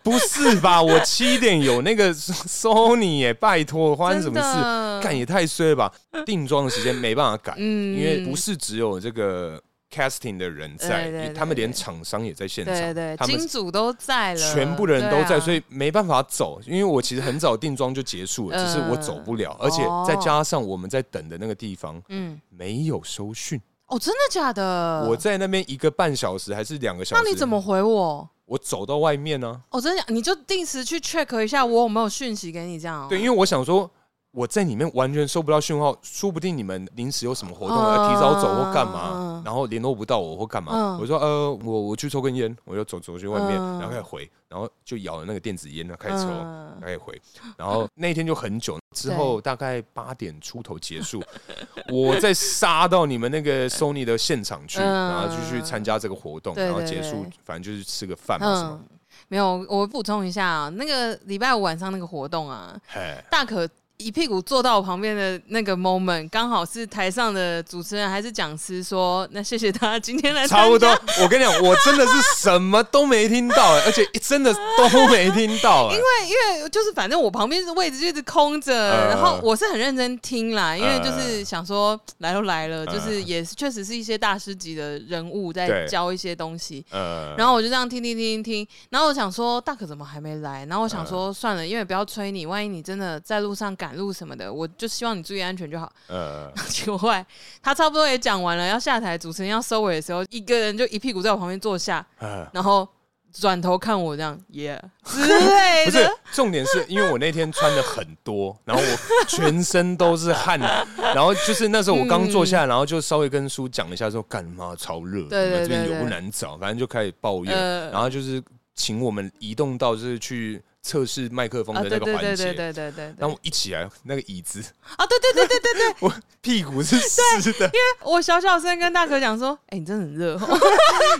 Speaker 1: 不是吧？我七点有那个 Sony 耶，拜托，发生什么
Speaker 2: 真
Speaker 1: 事？
Speaker 2: 的
Speaker 1: 干也太衰了吧！定妆的时间没办法改，
Speaker 2: 嗯
Speaker 1: 因为不是只有这个 casting 的人在，
Speaker 2: 对对
Speaker 1: 因为
Speaker 2: 对
Speaker 1: 他们连厂商也在现场，
Speaker 2: 对对，
Speaker 1: 他们
Speaker 2: 金主都在了，啊
Speaker 1: 全部的人都在，所
Speaker 2: 以
Speaker 1: 以没办法走。因为我其实很早定妆就结束了，
Speaker 2: 嗯
Speaker 1: 只是我走不了，而且
Speaker 2: 哦
Speaker 1: 再加上我们在等的那个地方
Speaker 2: 嗯，
Speaker 1: 没有收讯，
Speaker 2: 哦，真的假的？
Speaker 1: 我在那边一个半小时还是两个小
Speaker 2: 呃那
Speaker 1: 时，
Speaker 2: 你怎么？回我？
Speaker 1: 我走到外面呢、
Speaker 2: 哦，真的假，你就定时去 check 一下我有没有讯息给你这样哦。
Speaker 1: 对，因为我想说。我在里面完全收不到讯号，说不定你们临时有什么活动，
Speaker 2: 嗯
Speaker 1: 我要提早走或干
Speaker 2: 嗯
Speaker 1: 嘛，然后联络不到我或干嘛
Speaker 2: 嗯，
Speaker 1: 我说呃，我我去抽根烟，我就走走去外面，
Speaker 2: 嗯
Speaker 1: 然后开始回，然后就咬了那个电子烟，然后开始抽，
Speaker 2: 嗯
Speaker 1: 大概回，然 后那一天就很久，之后大概八点出头结束， 我再杀到你们那个 Sony 的现场去，
Speaker 2: 嗯
Speaker 1: 然后就去参加这个活动，
Speaker 2: 对
Speaker 1: 然后
Speaker 2: 对
Speaker 1: 结束
Speaker 2: 对，
Speaker 1: 反正就是吃个饭嘛什么
Speaker 2: 嗯，，没有，我补充一下啊，那个礼拜五晚上那个活动啊，
Speaker 1: 嘿，
Speaker 2: 大可一屁股坐到我旁边的那个 moment，刚好是台上的主持人还是讲师说，那谢谢他今天来参加
Speaker 1: 差不多。我跟你讲，我真的是什么都没听到，哎而且真的都没听到，哎因为
Speaker 2: 对， 因为就是反正我旁边的位置就一直空着，
Speaker 1: 呃
Speaker 2: 然后我是很认真听啦，因为就是
Speaker 1: 呃
Speaker 2: 想说来都来了，
Speaker 1: 呃
Speaker 2: 就是也是确实是一些大师级的人物在
Speaker 1: 对
Speaker 2: 教一些东西，
Speaker 1: 呃
Speaker 2: 然后我就这样听听听听，然后我想说大可怎么还没来？然后我想
Speaker 1: 呃
Speaker 2: 说算了，因为不要催你，万一你真的在路上赶路什么的，我就希望你注意安全就好。
Speaker 1: 呃，
Speaker 2: 结果后来他差不多也讲完了，要下台，主持人要收尾的时候，一个人就一屁股在我旁边坐下，
Speaker 1: 呃
Speaker 2: 然后转头看我这样耶、yeah, 之类
Speaker 1: 不是
Speaker 2: 的。
Speaker 1: 重点是因为我那天穿的很多，然后我全身都是汗，然后就是那时候我刚坐下来，然后就稍微跟叔讲了一下说，干嘛超热，
Speaker 2: 对对
Speaker 1: 这边
Speaker 2: 对对
Speaker 1: 油难找，反正就开始抱怨，
Speaker 2: 呃
Speaker 1: 然后就是请我们移动到就是去测试麦克风
Speaker 2: 啊，
Speaker 1: 的
Speaker 2: 对
Speaker 1: 那个
Speaker 2: 对
Speaker 1: 环
Speaker 2: 对
Speaker 1: 节，
Speaker 2: 对对对对
Speaker 1: 然
Speaker 2: 对
Speaker 1: 后我一起来那个椅子，
Speaker 2: 啊，对对对对对对，
Speaker 1: 我屁股是湿的，
Speaker 2: 我小小声跟大可讲说，哎、你真的很热哦，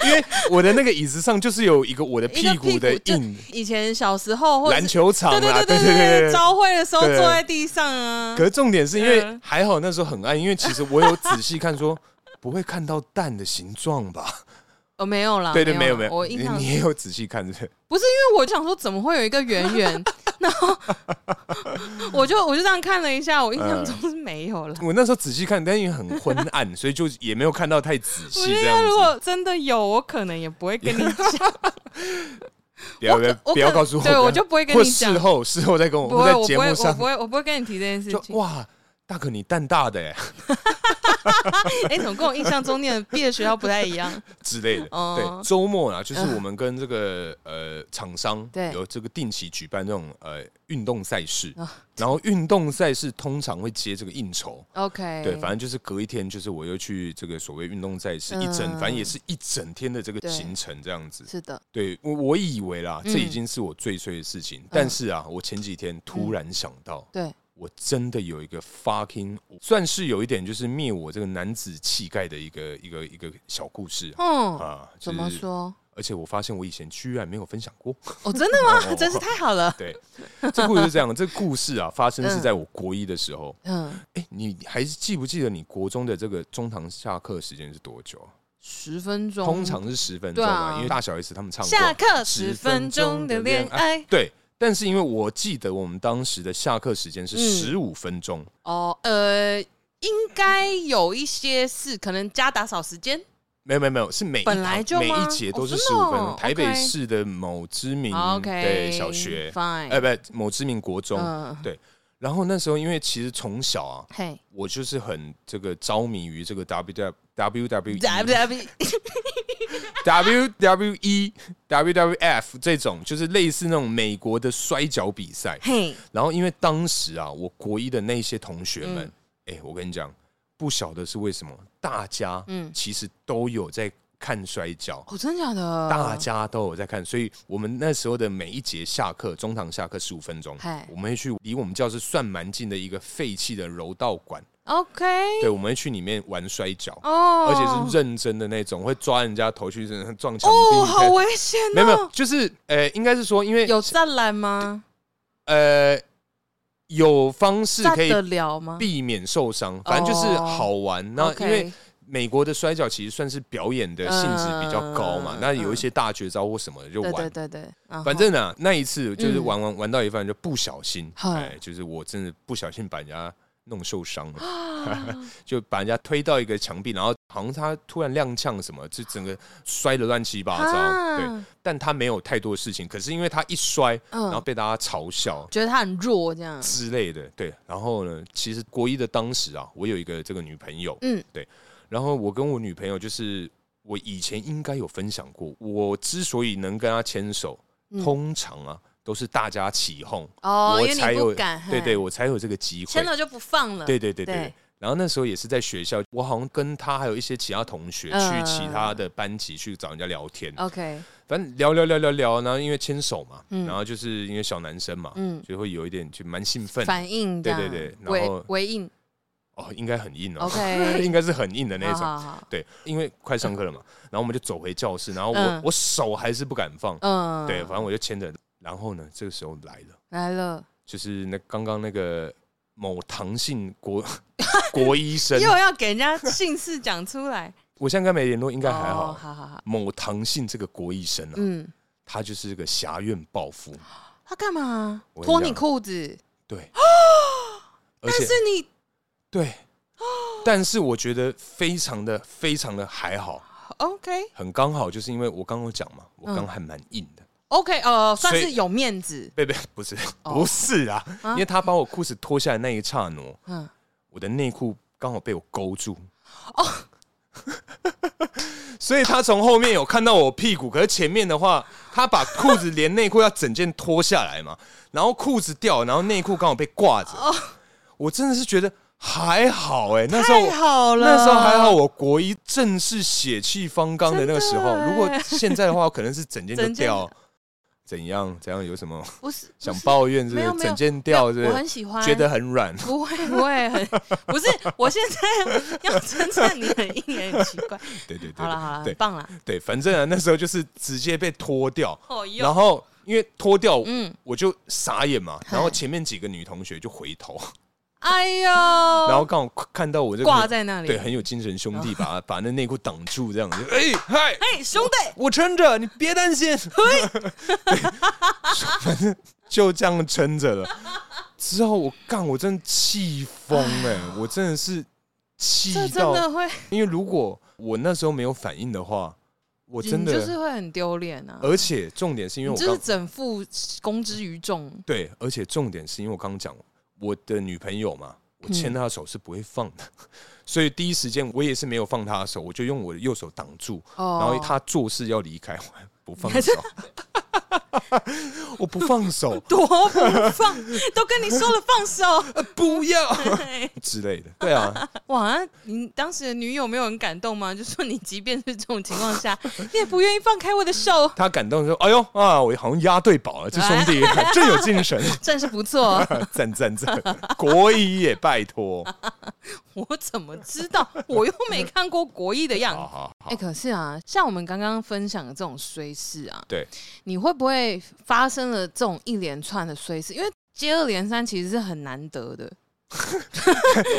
Speaker 1: 因为我的那个椅子上就是有一个我的
Speaker 2: 一
Speaker 1: 屁
Speaker 2: 个
Speaker 1: 股的
Speaker 2: 就
Speaker 1: 印，
Speaker 2: 以前小时候或者
Speaker 1: 篮
Speaker 2: 是
Speaker 1: 球场
Speaker 2: 对对
Speaker 1: 啦，
Speaker 2: 对
Speaker 1: 对
Speaker 2: 对
Speaker 1: 对
Speaker 2: 对
Speaker 1: 对
Speaker 2: 对，招会的时候
Speaker 1: 对
Speaker 2: 坐在地上啊，
Speaker 1: 可是重点是因为
Speaker 2: 嗯
Speaker 1: 还好那时候很暗，因为其实我有仔细看 说。不会看到蛋的形状吧？
Speaker 2: 哦没有啦，
Speaker 1: 对对，没
Speaker 2: 没
Speaker 1: 有
Speaker 2: 啦
Speaker 1: 没有，
Speaker 2: 我
Speaker 1: 你
Speaker 2: 印象
Speaker 1: 你也有仔细看对不对？
Speaker 2: 不是因为我就想说怎么会有一个圆圆， 然后我就我就这样看了一下，我印象
Speaker 1: 嗯
Speaker 2: 中是没有了。
Speaker 1: 我那时候仔细看，但因为很昏暗， 所以就也没有看到太仔
Speaker 2: 我
Speaker 1: 细这
Speaker 2: 觉得
Speaker 1: 样
Speaker 2: 如
Speaker 1: 子。
Speaker 2: 果真的有，我可能也不会跟你讲。
Speaker 1: 不要
Speaker 2: 我可我可
Speaker 1: 不要告诉我，
Speaker 2: 对
Speaker 1: 不要
Speaker 2: 我就不会跟
Speaker 1: 或
Speaker 2: 你讲
Speaker 1: 事后事后再跟我，
Speaker 2: 不
Speaker 1: 或
Speaker 2: 会，
Speaker 1: 在
Speaker 2: 我
Speaker 1: 节
Speaker 2: 不会，
Speaker 1: 目
Speaker 2: 我
Speaker 1: 上
Speaker 2: 不会，我不会跟你提这件事
Speaker 1: 就
Speaker 2: 情。
Speaker 1: 哇，大哥你蛋大的哎
Speaker 2: 哎，怎么跟我印象中念的毕业学校不太一样？
Speaker 1: 之类的。
Speaker 2: 哦嗯
Speaker 1: 对，周末啊，就是我们跟这个呃厂商
Speaker 2: 对
Speaker 1: 有这个定期举办这种呃运动赛事
Speaker 2: 哦，
Speaker 1: 然后运动赛事通常会接这个应酬。
Speaker 2: OK，
Speaker 1: 对，反正就是隔一天，就是我又去这个所谓运动赛事
Speaker 2: 嗯
Speaker 1: 一整，反正也是一整天的这个
Speaker 2: 对
Speaker 1: 行程这样子。
Speaker 2: 是的，
Speaker 1: 对我我以为啦，
Speaker 2: 嗯
Speaker 1: 这已经是我最衰的事情，但是啊，我前几天突然想到，
Speaker 2: 对，
Speaker 1: 我真的有一个 fucking 算是有一点就是灭我这个男子气概的一个一个一个小故事啊
Speaker 2: 嗯，
Speaker 1: 啊，就是
Speaker 2: 怎么？说？
Speaker 1: 而且我发现我以前居然没有分享过。
Speaker 2: 哦，真的
Speaker 1: 哦
Speaker 2: 吗？ 真是太好了。
Speaker 1: 对，这故事是这样，这故事啊发生是
Speaker 2: 嗯
Speaker 1: 在我国一的时候。
Speaker 2: 嗯，
Speaker 1: 哎、你还记不记得你国中的这个中堂下课时间是多久啊？
Speaker 2: 十分钟，
Speaker 1: 通常是十分钟
Speaker 2: 对
Speaker 1: 嘛，
Speaker 2: 啊
Speaker 1: 因为大小 S 他们唱过
Speaker 2: 下课
Speaker 1: 10
Speaker 2: 十分钟的恋爱。
Speaker 1: 对，但是因为我记得我们当时的下课时
Speaker 2: 嗯
Speaker 1: 间是十五分钟，
Speaker 2: 哦，呃，应该有一些是可能加打扫时间
Speaker 1: 没有没有没有，是每一
Speaker 2: 本来就
Speaker 1: 每
Speaker 2: 吗
Speaker 1: 一节都是
Speaker 2: 哦
Speaker 1: 十
Speaker 2: 真
Speaker 1: 五
Speaker 2: 的哦
Speaker 1: 分钟。台北
Speaker 2: OK
Speaker 1: 市的某知名
Speaker 2: ，OK，
Speaker 1: 嗯对小学，
Speaker 2: ，Fine，
Speaker 1: 哎、不，某知名国中。
Speaker 2: 嗯
Speaker 1: 对然后那时候因为其实从小啊，
Speaker 2: 嘿
Speaker 1: 我就是很这个着迷于这个 W W W W
Speaker 2: ，W
Speaker 1: W W E W W F 这种，就是类似那种美国的摔跤比赛。
Speaker 2: 嘿，
Speaker 1: 然后因为当时啊，我国一的那些同学们
Speaker 2: 嗯，
Speaker 1: 哎、我跟你讲，不晓得是为什么，大家
Speaker 2: 嗯
Speaker 1: 其实都有在看摔跤。
Speaker 2: 哦，真的假的？
Speaker 1: 大家都有在看，所以我们那时候的每一节下课，中堂下课十五分钟
Speaker 2: 嗨，
Speaker 1: 我们会去离我们教室算蛮近的一个废弃的柔道馆，
Speaker 2: OK，
Speaker 1: 对，我们会去里面玩摔跤，
Speaker 2: 哦，
Speaker 1: 而且是认真的那种，会抓人家头去撞墙壁。
Speaker 2: 哦，好危险哦，
Speaker 1: 没有没有，就是呃，应该是说，因为
Speaker 2: 有栅栏吗？
Speaker 1: 呃有方式
Speaker 2: 站
Speaker 1: 可以
Speaker 2: 得了吗？哦
Speaker 1: 避免受伤，反正就是好玩。那
Speaker 2: OK
Speaker 1: 因为美国的摔跤其实算是表演的性质比较高嘛，
Speaker 2: 嗯
Speaker 1: 那有一些大绝招或什么的就
Speaker 2: 对
Speaker 1: 玩。
Speaker 2: 对对对，然后
Speaker 1: 反正啊，那一次就是
Speaker 2: 嗯
Speaker 1: 玩玩玩到一半就不小心，
Speaker 2: 嗨
Speaker 1: 哎，就是我真的不小心把人家弄受伤了， 就把人家推到一个墙壁，然后好像他突然踉跄什么，就整个摔得乱七八糟。
Speaker 2: 啊
Speaker 1: 对，但他没有太多事情，可是因为他一摔，
Speaker 2: 嗯
Speaker 1: 然后被大家嘲笑，
Speaker 2: 觉得他很弱这样，
Speaker 1: 之类的，对。然后呢，其实国一的当时啊，我有一个这个女朋友，
Speaker 2: 嗯，
Speaker 1: 对。然后我跟我女朋友就是，我以前应该有分享过，我之所以能跟她牵手，
Speaker 2: 嗯
Speaker 1: 通常啊都是大家起哄，
Speaker 2: 哦，
Speaker 1: 我
Speaker 2: 因为
Speaker 1: 才
Speaker 2: 你不
Speaker 1: 有，
Speaker 2: 敢，
Speaker 1: 对
Speaker 2: 嘿
Speaker 1: 对，，我才有这个机会
Speaker 2: 签，了就不放了，
Speaker 1: 对对对对。
Speaker 2: 对
Speaker 1: 然后那时候也是在学校，我好像跟她还有一些其他同学去
Speaker 2: 嗯
Speaker 1: 其他的班级去找人家聊天，
Speaker 2: ，OK，
Speaker 1: 反正聊聊聊聊聊，然后因为牵手嘛，
Speaker 2: 嗯
Speaker 1: 然后就是因为小男生嘛，
Speaker 2: 嗯
Speaker 1: 就会有一点就蛮兴奋的，
Speaker 2: 反应这样，
Speaker 1: 对对对然后
Speaker 2: 回回应
Speaker 1: 哦，应该很硬哦
Speaker 2: OK 哦
Speaker 1: 应该是很硬的那
Speaker 2: 好
Speaker 1: 种。
Speaker 2: 好好，
Speaker 1: 对，因为快上课了嘛，然后我们就走回教室，然后我、
Speaker 2: 嗯
Speaker 1: 我手还是不敢放，
Speaker 2: 嗯，
Speaker 1: 对，反正我就牵着。然后呢，这个时候来了，
Speaker 2: 来了，
Speaker 1: 就是那刚刚那个某唐姓 国国医生，
Speaker 2: 又要给人家姓氏讲出来，
Speaker 1: 我现在跟他没联络，应该还好。
Speaker 2: 哦好好好，
Speaker 1: 某唐姓这个国医生啊，
Speaker 2: 嗯，
Speaker 1: 他就是个侠怨抱负，
Speaker 2: 他干嘛
Speaker 1: 我跟你
Speaker 2: 脱你
Speaker 1: 讲
Speaker 2: 裤子？
Speaker 1: 对，而
Speaker 2: 但
Speaker 1: 且
Speaker 2: 是你
Speaker 1: 对，但是我觉得非常的非常的还好，
Speaker 2: OK
Speaker 1: 很刚好，就是因为我刚刚有讲嘛，我刚
Speaker 2: 嗯
Speaker 1: 还蛮硬的。
Speaker 2: OK，呃，
Speaker 1: 所以
Speaker 2: 算是有面子，
Speaker 1: 贝贝不是、
Speaker 2: 哦
Speaker 1: 不是啊，因为他把我裤子脱下来那一刹那，
Speaker 2: 嗯，
Speaker 1: 我的内裤刚好被我勾住。哦， 所以他从后面有看到我屁股，可是前面的话，他把裤子连内裤要整件脱下来嘛，然后裤子掉，然后内裤刚好被挂着。
Speaker 2: 哦
Speaker 1: 我真的是觉得还好哎、那时候
Speaker 2: 太好了，
Speaker 1: 那时候还好，我国一正是血气方刚的那个时候
Speaker 2: 真。的
Speaker 1: 如果现在的话，可能是整件就
Speaker 2: 整件
Speaker 1: 掉。怎样？怎样？有什么
Speaker 2: 不是
Speaker 1: 想
Speaker 2: 不是
Speaker 1: 抱怨？是不
Speaker 2: 没有没
Speaker 1: 是
Speaker 2: 有
Speaker 1: 整件掉？是
Speaker 2: 我
Speaker 1: 不
Speaker 2: 很
Speaker 1: 是
Speaker 2: 喜欢，
Speaker 1: 觉得很软？
Speaker 2: 不会不会很不是，我现在要称赞你很硬也很奇怪。
Speaker 1: 对对对
Speaker 2: 好了好了，
Speaker 1: 对
Speaker 2: 很棒了，
Speaker 1: 对，反正啊，那时候就是直接被脱掉，
Speaker 2: 哦
Speaker 1: 然
Speaker 2: 哟，
Speaker 1: 后因为脱掉，
Speaker 2: 嗯，
Speaker 1: 我就傻眼嘛。
Speaker 2: 嗨
Speaker 1: 然后前面几个女同学就回头，
Speaker 2: 哎呦，
Speaker 1: 然
Speaker 2: 然
Speaker 1: 后刚好看到我这个
Speaker 2: 挂在那里，哦
Speaker 1: 对很有精神兄弟，把把那内裤挡住，这样子。哎嗨，
Speaker 2: 哎，兄弟，
Speaker 1: 我撑着，你别担心。 反正就这样撑着了。之后我干，我真的气疯哎，我真的是气
Speaker 2: 啊这真
Speaker 1: 到，
Speaker 2: 的会
Speaker 1: 因为如果我那时候没有反应的话，我真
Speaker 2: 你就是
Speaker 1: 的，
Speaker 2: 会很丢脸啊。
Speaker 1: 而且重点是因为
Speaker 2: 你
Speaker 1: 我
Speaker 2: 就
Speaker 1: 刚
Speaker 2: 是整副公之于众，
Speaker 1: 对，而且重点是因为我刚刚讲我的女朋友嘛，
Speaker 2: 嗯
Speaker 1: 我牵她的手是不会放的， 所以第一时间我也是没有放她的手，我就用我的右手挡住，
Speaker 2: 哦，
Speaker 1: 然后她做事要离开，我还不放手，我不放手
Speaker 2: 多不放，都跟你说了放手。
Speaker 1: 呃不要之类的，对啊，
Speaker 2: 哇，你当时的女友没有很感动吗？就说你即便是这种情况下，你也不愿意放开我的手，
Speaker 1: 她感动地说：“哎呦啊，我好像押对宝了，这兄弟 真有精神，
Speaker 2: 真是不错。
Speaker 1: 赞赞赞，国一也拜托，
Speaker 2: 我怎么知道？我又没看过国艺的样
Speaker 1: 好
Speaker 2: 子。
Speaker 1: 好
Speaker 2: 哎、
Speaker 1: 好，
Speaker 2: 可是啊，像我们刚刚分享的这种衰事啊，
Speaker 1: 对，
Speaker 2: 你会不会发生了这种一连串的衰事？因为接二连三其实是很难得的。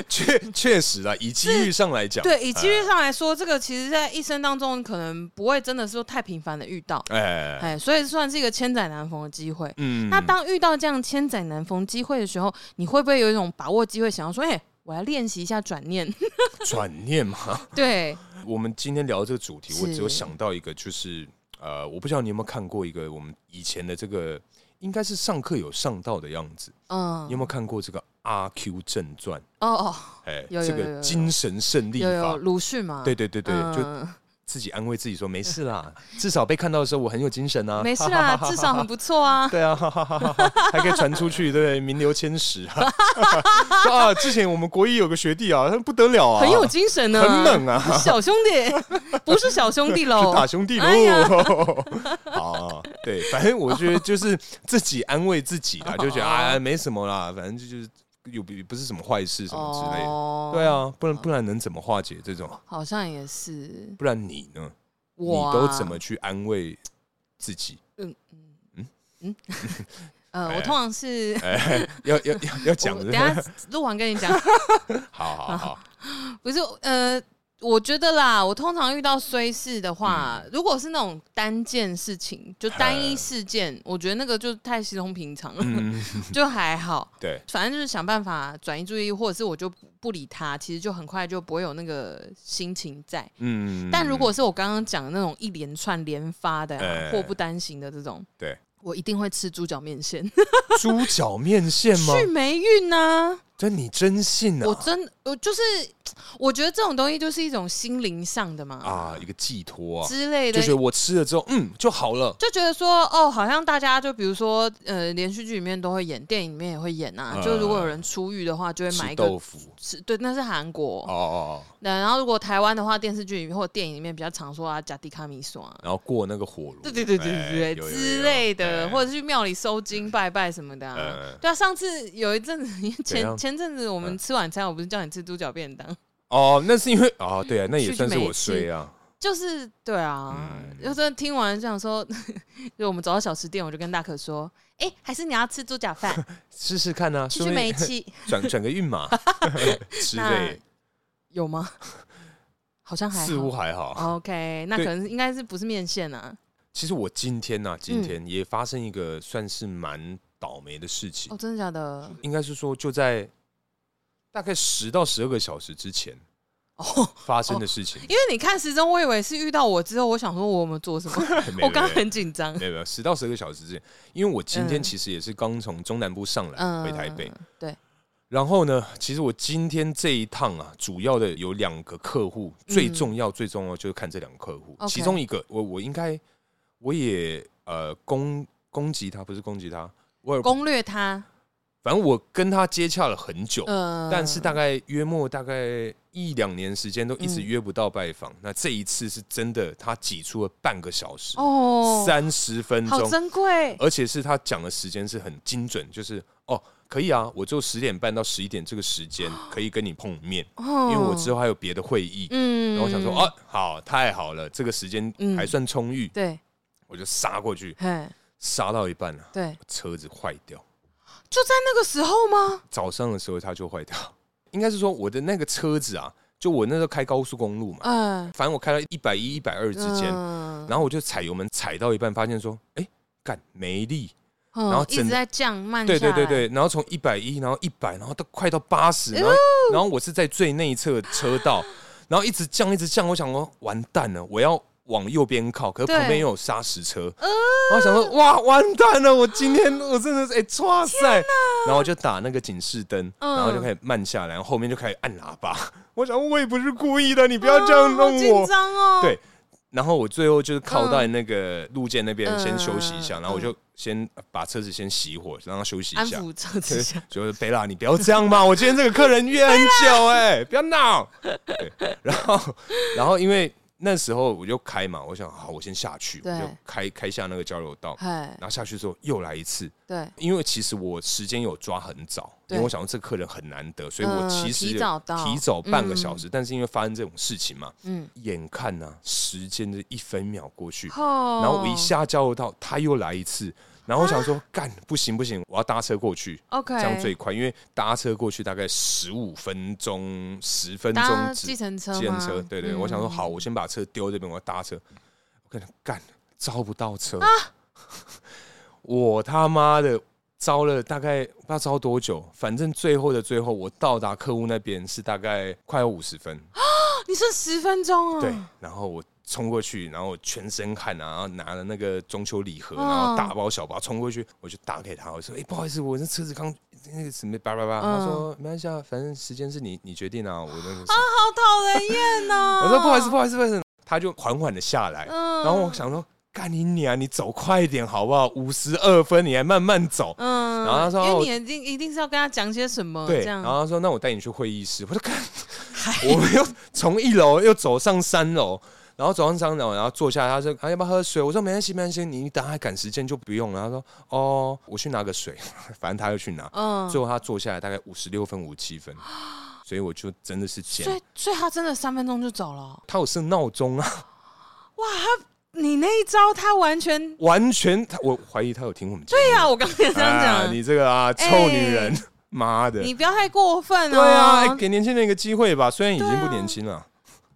Speaker 1: 确 确实啊，以机遇上来讲，
Speaker 2: 对，以
Speaker 1: 哎
Speaker 2: 几率上来说，这个其实在一生当中可能不会真的是说太频繁的遇到，
Speaker 1: 哎，哎，
Speaker 2: 哎，所以算是一个千载难逢的机会。
Speaker 1: 嗯
Speaker 2: 那当遇到这样千载难逢机会的时候，你会不会有一种把握机会，想要说，哎、我要练习一下转念？
Speaker 1: 转念嘛，
Speaker 2: 对，
Speaker 1: 我们今天聊这个主题，
Speaker 2: 是
Speaker 1: 我只有想到一个，就是呃，我不知道你有没有看过一个我们以前的这个，应该是上课有上到的样子，
Speaker 2: 嗯
Speaker 1: 你有，没有看过这个《阿 Q 正传》？
Speaker 2: 哦哦，
Speaker 1: 哎，
Speaker 2: 有有
Speaker 1: 这
Speaker 2: 有有
Speaker 1: 个
Speaker 2: 有
Speaker 1: 精神胜利
Speaker 2: 有有
Speaker 1: 法。
Speaker 2: 鲁迅嘛？
Speaker 1: 对对对对，就
Speaker 2: 嗯
Speaker 1: 自己安慰自己说没事啦，至少被看到的时候我很有精神啊，
Speaker 2: 没事啦，至少很不 错啊。
Speaker 1: 对啊，哈哈哈哈还可以传出去，对不对？名流千史啊， 说啊，之前我们国一有个学弟啊，他不得了啊，
Speaker 2: 很有精神呢、
Speaker 1: 很猛啊，
Speaker 2: 小兄弟不是小兄弟喽
Speaker 1: 是，大兄弟喽、
Speaker 2: 哎呀
Speaker 1: 啊，对，反正我觉得就是自己安慰自己啦，就觉得
Speaker 2: 哦
Speaker 1: 啊没什么啦，反正就是又不不是什么坏事什么之类的。
Speaker 2: 哦
Speaker 1: 对，啊，不然不然能怎么化解这种？
Speaker 2: 好像也是
Speaker 1: 不然你呢？你
Speaker 2: 我、啊、
Speaker 1: 都怎么去安慰自己？
Speaker 2: 呃，我
Speaker 1: 哎
Speaker 2: 通常是
Speaker 1: 哎，要要要要讲
Speaker 2: 我
Speaker 1: 是
Speaker 2: 等
Speaker 1: 不
Speaker 2: 一
Speaker 1: 是，
Speaker 2: 下录完跟你讲，
Speaker 1: 好好好，
Speaker 2: 不是呃，我觉得啦，我通常遇到衰事的话，
Speaker 1: 嗯
Speaker 2: 如果是那种单件事情，就单一事件，我觉得那个就太稀松平常了，
Speaker 1: 嗯，
Speaker 2: 就还好。
Speaker 1: 对，
Speaker 2: 反正就是想办法转移注意，或者是我就不不理他，其实就很快就不会有那个心情在。
Speaker 1: 嗯。
Speaker 2: 但如果是我刚刚讲的那种一连串连发的、啊
Speaker 1: 哎
Speaker 2: 祸不单行的这种，
Speaker 1: 对
Speaker 2: 我一定会吃猪脚面线，
Speaker 1: 猪脚面线吗？
Speaker 2: 去霉运啊呐、
Speaker 1: 这你真信
Speaker 2: 我
Speaker 1: 啊？
Speaker 2: 真我就是，我觉得这种东西就是一种心灵上的嘛
Speaker 1: 啊，一个寄托啊，
Speaker 2: 之类的
Speaker 1: 就，觉得我吃了之后，嗯，就好了。
Speaker 2: 就觉得说哦，好像大家就比如说呃，连续剧里面都会演，电影里面也会演啊。
Speaker 1: 嗯
Speaker 2: 就如果有人出狱的话，就会买
Speaker 1: 吃
Speaker 2: 一
Speaker 1: 豆
Speaker 2: 个
Speaker 1: 腐
Speaker 2: 吃，对，那是韩国。
Speaker 1: 哦哦哦，
Speaker 2: 那然后如果台湾的话，电视剧里面或者电影里面比较常说啊，加迪卡米索啊。
Speaker 1: 然后过那个火炉，
Speaker 2: 对对对对对
Speaker 1: 哦
Speaker 2: 对
Speaker 1: 哎有有有
Speaker 2: 之类的，
Speaker 1: 哎
Speaker 2: 或者去庙里收金拜拜什么的、啊
Speaker 1: 嗯。
Speaker 2: 对啊，上次有一阵子，
Speaker 1: 怎
Speaker 2: 前
Speaker 1: 样
Speaker 2: 前阵子我们
Speaker 1: 嗯
Speaker 2: 吃晚餐，我不是叫你吃猪脚便当，
Speaker 1: 哦，那是因为哦，对啊，那
Speaker 2: 去
Speaker 1: 也
Speaker 2: 去
Speaker 1: 算是
Speaker 2: 没
Speaker 1: 我衰啊，
Speaker 2: 就是对啊，
Speaker 1: 嗯
Speaker 2: 就真的听完这样说， 就我们走到小吃店，我就跟大可说，哎、还是你要吃猪脚 饭，
Speaker 1: 试试看啊，
Speaker 2: 去
Speaker 1: 说
Speaker 2: 去
Speaker 1: 不定
Speaker 2: 煤气，
Speaker 1: 转转个运 嘛之类，
Speaker 2: 有吗？好像还好哦
Speaker 1: 似乎还好。
Speaker 2: OK，那可
Speaker 1: 对
Speaker 2: 能是应该是不是面线啊？
Speaker 1: 其实我今天呐，今天
Speaker 2: 嗯
Speaker 1: 也发生一个算是蛮倒霉的事情
Speaker 2: 哦，，真的假的？
Speaker 1: 应该是说就在大概十到十二个小时之前
Speaker 2: 哦，
Speaker 1: 发生的事情。
Speaker 2: 因为你看时钟，我以为是遇到我之后，我想说我有没有做什么，
Speaker 1: 没有
Speaker 2: 哦 我刚刚
Speaker 1: 没有
Speaker 2: 很紧张。
Speaker 1: 没有没有，十到十二个小时之前，因为我今天
Speaker 2: 嗯
Speaker 1: 其实也是刚从中南部上来
Speaker 2: 嗯，
Speaker 1: 回台北，
Speaker 2: 对，
Speaker 1: 然后呢，其实我今天这一趟啊，主要的有两个客户，最重要最重要就是看这两个客户，
Speaker 2: 嗯 OK
Speaker 1: 其中一个我我应该我也呃攻攻击他，不是攻击他，我有
Speaker 2: 攻略它，
Speaker 1: 反正我跟他接洽了很久，
Speaker 2: 呃，
Speaker 1: 但是大概约莫大概一两年时间都一直
Speaker 2: 嗯
Speaker 1: 约不到拜访，那这一次是真的，他挤出了半个小时，
Speaker 2: 哦，
Speaker 1: 三十、分
Speaker 2: 好
Speaker 1: 钟，
Speaker 2: 珍贵，
Speaker 1: 而且是他讲的时间是很精准，就是哦，可以啊，我就十点半到十一点这个时间可以跟你碰面，因
Speaker 2: 因
Speaker 1: 为我之后还有别的会议。
Speaker 2: 哦嗯，
Speaker 1: 然后我想说，哦、，好，太好了，这个时间
Speaker 2: 嗯
Speaker 1: 还算充裕，
Speaker 2: 对，
Speaker 1: 我就杀过去，
Speaker 2: 嘿，
Speaker 1: 杀到一半了、
Speaker 2: 对，
Speaker 1: 车子坏掉，
Speaker 2: 就在那个时候吗？
Speaker 1: 早上的时候它就坏掉，应该是说我的那个车子啊，就我那时候开高速公路嘛，
Speaker 2: 嗯，
Speaker 1: 反正我开到一百一、一百二之间，
Speaker 2: 嗯
Speaker 1: 然后我就踩油门踩到一半，发现说，哎、干没力，
Speaker 2: 嗯
Speaker 1: 然后
Speaker 2: 一
Speaker 1: 整
Speaker 2: 直在降慢，哦
Speaker 1: 对对对，对，然后从一百一，然后一百，然后到快到八十，
Speaker 2: 哎
Speaker 1: 然后 然后我是在最内侧的车道，然后一直降一直降，我想说完蛋了，我要往右边靠，可是
Speaker 2: 对哦
Speaker 1: 旁边又有砂石车，然后想说哇完蛋了，我今天我真的是哎哇塞，然后我就打那个警示灯，
Speaker 2: 嗯
Speaker 1: 然后就开始慢下来，然后后面就开始按喇叭， 我想我也不是故意的，你不要这样
Speaker 2: 啊好
Speaker 1: 弄我，
Speaker 2: 紧张哦。
Speaker 1: 对然后我最后就是靠在那个路肩那边
Speaker 2: 嗯
Speaker 1: 先休息一下，
Speaker 2: 嗯
Speaker 1: 然后我就先把车子先熄火，让它休息一
Speaker 2: 安
Speaker 1: 下。。
Speaker 2: 抚车子一下
Speaker 1: 就是贝拉，你不要这样嘛！我今天这个客人约很久哎、不要闹。对，然后然后因为那时候我就开嘛，我想好，我先下去，我
Speaker 2: 对
Speaker 1: 就开开下那个交流道，
Speaker 2: 哎
Speaker 1: 然，后下去之后又来一次，
Speaker 2: 对，
Speaker 1: 因为其实我时间有抓很早，因
Speaker 2: 对
Speaker 1: 为我想说这个客人很难得，所以我
Speaker 2: 嗯
Speaker 1: 其实
Speaker 2: 提早到
Speaker 1: 提早半个小时，但是因为发生这种事情嘛，
Speaker 2: 嗯，
Speaker 1: 眼看呢、时间的一分秒过去，
Speaker 2: 哦
Speaker 1: 然后我一下交流道，他又来一次，然后我想
Speaker 2: 啊
Speaker 1: 说，干不行不行，我要搭车过去。
Speaker 2: 哦 OK，
Speaker 1: 这样最快，因为搭车过去大概十五分钟、十分
Speaker 2: 搭
Speaker 1: 钟
Speaker 2: 计
Speaker 1: 只
Speaker 2: 程车吗，
Speaker 1: 计程车，对对，
Speaker 2: 嗯
Speaker 1: 我想说好，我先把车丢这边，我要搭车。我跟你干，招不到车，
Speaker 2: 啊
Speaker 1: 我他妈的招了大概不知道招多久，反正最后的最后，我到达客户那边是大概快要五十分，
Speaker 2: 啊哦你剩十分钟哦。
Speaker 1: 对，然后我冲过去，然后我全身汗啊，然后拿了那个中秋礼盒，
Speaker 2: 哦
Speaker 1: 然后大包小包冲过去，我就打给他，我说：“哎、不好意思，我那车子刚那个什么叭叭叭。”他说：“没关系啊，反正时间是你你决定啊，我那个。
Speaker 2: 嗯啊，好讨人厌哦。
Speaker 1: 我说：“不好意思，不好意思，不好意思。”他就缓缓的下来，
Speaker 2: 嗯
Speaker 1: 然后我，想说：“干你娘，你走快一点好不好？五十二分，你还慢慢走。
Speaker 2: 嗯
Speaker 1: 然后他说
Speaker 2: 因
Speaker 1: 哦
Speaker 2: 为你一定一定是要跟他讲些什么，
Speaker 1: 对，
Speaker 2: 嗯这样
Speaker 1: 然后他说：“那我带你去会议室。”我就看，我们又从一楼又走上三楼，然后走上三楼，然后坐下来。他说：“啊，要不要喝水？”我说：“没关系，没关系，你等下赶时间就不用了。”他说：“哦，我去拿个水。” 反正他又去拿。
Speaker 2: 嗯，啊
Speaker 1: 最后他坐下来大概五十六分、五七分，所以我就真的是捡
Speaker 2: 所。以所以他真的三分钟就走了。哦
Speaker 1: 他有设闹钟啊，
Speaker 2: 你那一招他完全
Speaker 1: 完全他我怀疑他有听我们节目。
Speaker 2: 对啊，我刚才 这样
Speaker 1: 啊
Speaker 2: 讲，
Speaker 1: 你这个啊，臭女人，
Speaker 2: 哎
Speaker 1: 妈的！
Speaker 2: 你不要太过分
Speaker 1: 对啊，哎
Speaker 2: 哦。
Speaker 1: 给年轻人一个机会吧，虽然已经
Speaker 2: 对
Speaker 1: 不
Speaker 2: 啊
Speaker 1: 年轻了。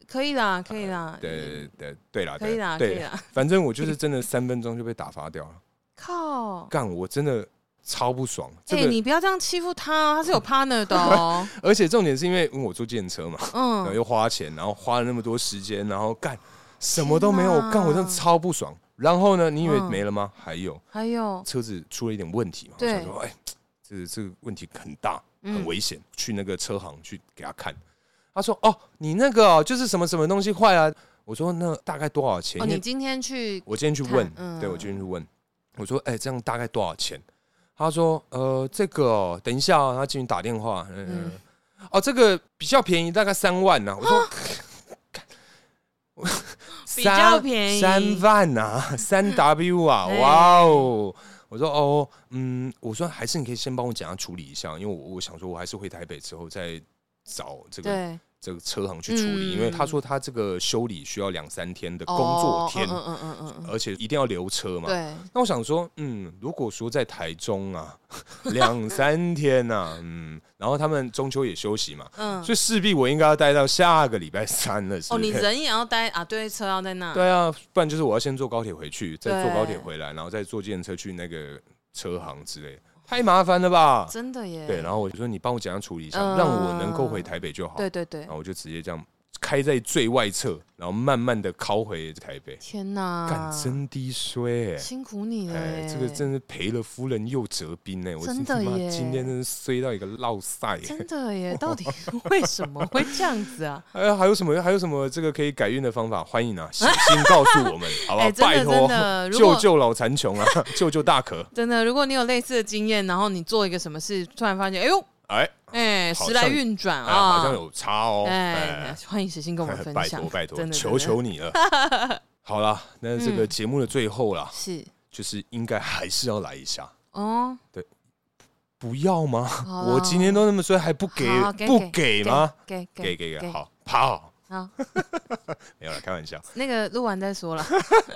Speaker 2: 可以啦，可以啦，
Speaker 1: 啊对对对啦，
Speaker 2: 可以啦，可
Speaker 1: 对
Speaker 2: 以啦。
Speaker 1: 反正我就是真的三分钟就被打发掉 了，
Speaker 2: 靠！
Speaker 1: 干我真的超不爽。这
Speaker 2: 哎，
Speaker 1: 个，
Speaker 2: 你不要这样欺负他哦，他是 有 partner 的哦。
Speaker 1: 而且重点是因为因嗯为我坐电车嘛，然后
Speaker 2: 嗯，
Speaker 1: 又花钱，然后花了那么多时间，然后干什么都没有
Speaker 2: 天，哪
Speaker 1: 干我真的超不爽。然后呢，你以为
Speaker 2: 嗯
Speaker 1: 没了吗？还有
Speaker 2: 还有，
Speaker 1: 车子出了一点问题嘛，我
Speaker 2: 对
Speaker 1: 想说，哎，这个这个问题很大，很
Speaker 2: 嗯
Speaker 1: 危险，去那个车行去给他看。他说：“哦，你那个哦就是什么什么东西坏了。”我说：“那大概多少钱？”
Speaker 2: 哦，
Speaker 1: 因为
Speaker 2: 你今天去
Speaker 1: 我今天去问，
Speaker 2: 看嗯
Speaker 1: 对我今天去问，我说，哎、这样大概多少钱？他说，呃，这个、哦、等一下、哦，他进去打电话，嗯、
Speaker 2: 嗯
Speaker 1: 哦，这个比较便宜，大概三万啊呐、我说，我
Speaker 2: 啊 比较便宜
Speaker 1: 三万呐、 三 W 啊，
Speaker 2: 哎
Speaker 1: 哇哦！我说哦，嗯，我说还是你可以先帮我简单处理一下，因为我我想说，我还是回台北之后再找这个
Speaker 2: 对
Speaker 1: 这个车行去处理，
Speaker 2: 嗯
Speaker 1: 因为他说他这个修理需要两三天的工作天，呃
Speaker 2: 哦嗯嗯嗯嗯嗯，
Speaker 1: 而且一定要留车嘛。
Speaker 2: 对，
Speaker 1: 那我想说，嗯，如果说在台中啊， 两三天呐、啊，嗯，然后他们中秋也休息嘛，
Speaker 2: 嗯
Speaker 1: 所。以势必我应该要待到下个礼拜三了，是
Speaker 2: 哦，
Speaker 1: 不
Speaker 2: 你
Speaker 1: 是？
Speaker 2: 人也要待啊，对，车要在那。
Speaker 1: 对啊，不然就是我要先坐高铁回去，再坐
Speaker 2: 对
Speaker 1: 高铁回来，然后再坐电车去那个车行之类的，太麻烦了吧？
Speaker 2: 真的耶。
Speaker 1: 对，然后我就说你帮我简单处理一下，
Speaker 2: 嗯
Speaker 1: 让我能够回台北就好。
Speaker 2: 对对对
Speaker 1: 然后我就直接这样开在最外侧，然后慢慢的靠回台北，
Speaker 2: 天哪，
Speaker 1: 干、真滴衰、欸。
Speaker 2: 辛苦你了
Speaker 1: 哎
Speaker 2: 耶，，
Speaker 1: 这个真是赔了夫人又折兵哎、我
Speaker 2: 真
Speaker 1: 他
Speaker 2: 的
Speaker 1: 妈
Speaker 2: 耶
Speaker 1: 今天真是衰到一个落塞、
Speaker 2: 真 的耶，到底 为什么会这样子啊？
Speaker 1: 哎，还有什么还有什么这个可以改运的方法？欢迎 啊，写信告诉我们，好不好？
Speaker 2: 哎真的
Speaker 1: 拜托
Speaker 2: 真的，如
Speaker 1: 救
Speaker 2: 果
Speaker 1: 救老残穷啊， 救救大可！
Speaker 2: 真的，如果你有类似的经验，然后你做一个什么事，突然发现，哎呦，
Speaker 1: 哎，
Speaker 2: 哎，
Speaker 1: 好
Speaker 2: 时来
Speaker 1: 像
Speaker 2: 运转
Speaker 1: 哎
Speaker 2: 啊，
Speaker 1: 好像，有差哦，
Speaker 2: 哎
Speaker 1: 哎，，
Speaker 2: 欢迎写信跟我们分
Speaker 1: 拜
Speaker 2: 享
Speaker 1: 托，拜托
Speaker 2: 真，的
Speaker 1: 求，
Speaker 2: 真的
Speaker 1: 求你 了。好啦，那这个
Speaker 2: 嗯
Speaker 1: 节目的最后啦，
Speaker 2: 是
Speaker 1: 就是应该还是要来一下，
Speaker 2: 哦，
Speaker 1: 不要吗？
Speaker 2: 好啦
Speaker 1: 我今天都那么衰，还不给
Speaker 2: 好
Speaker 1: 不给吗？？
Speaker 2: 给
Speaker 1: 给
Speaker 2: 给
Speaker 1: 给给，，好，跑，
Speaker 2: 好，
Speaker 1: 没有了，开玩笑。
Speaker 2: 那个录完 再说了。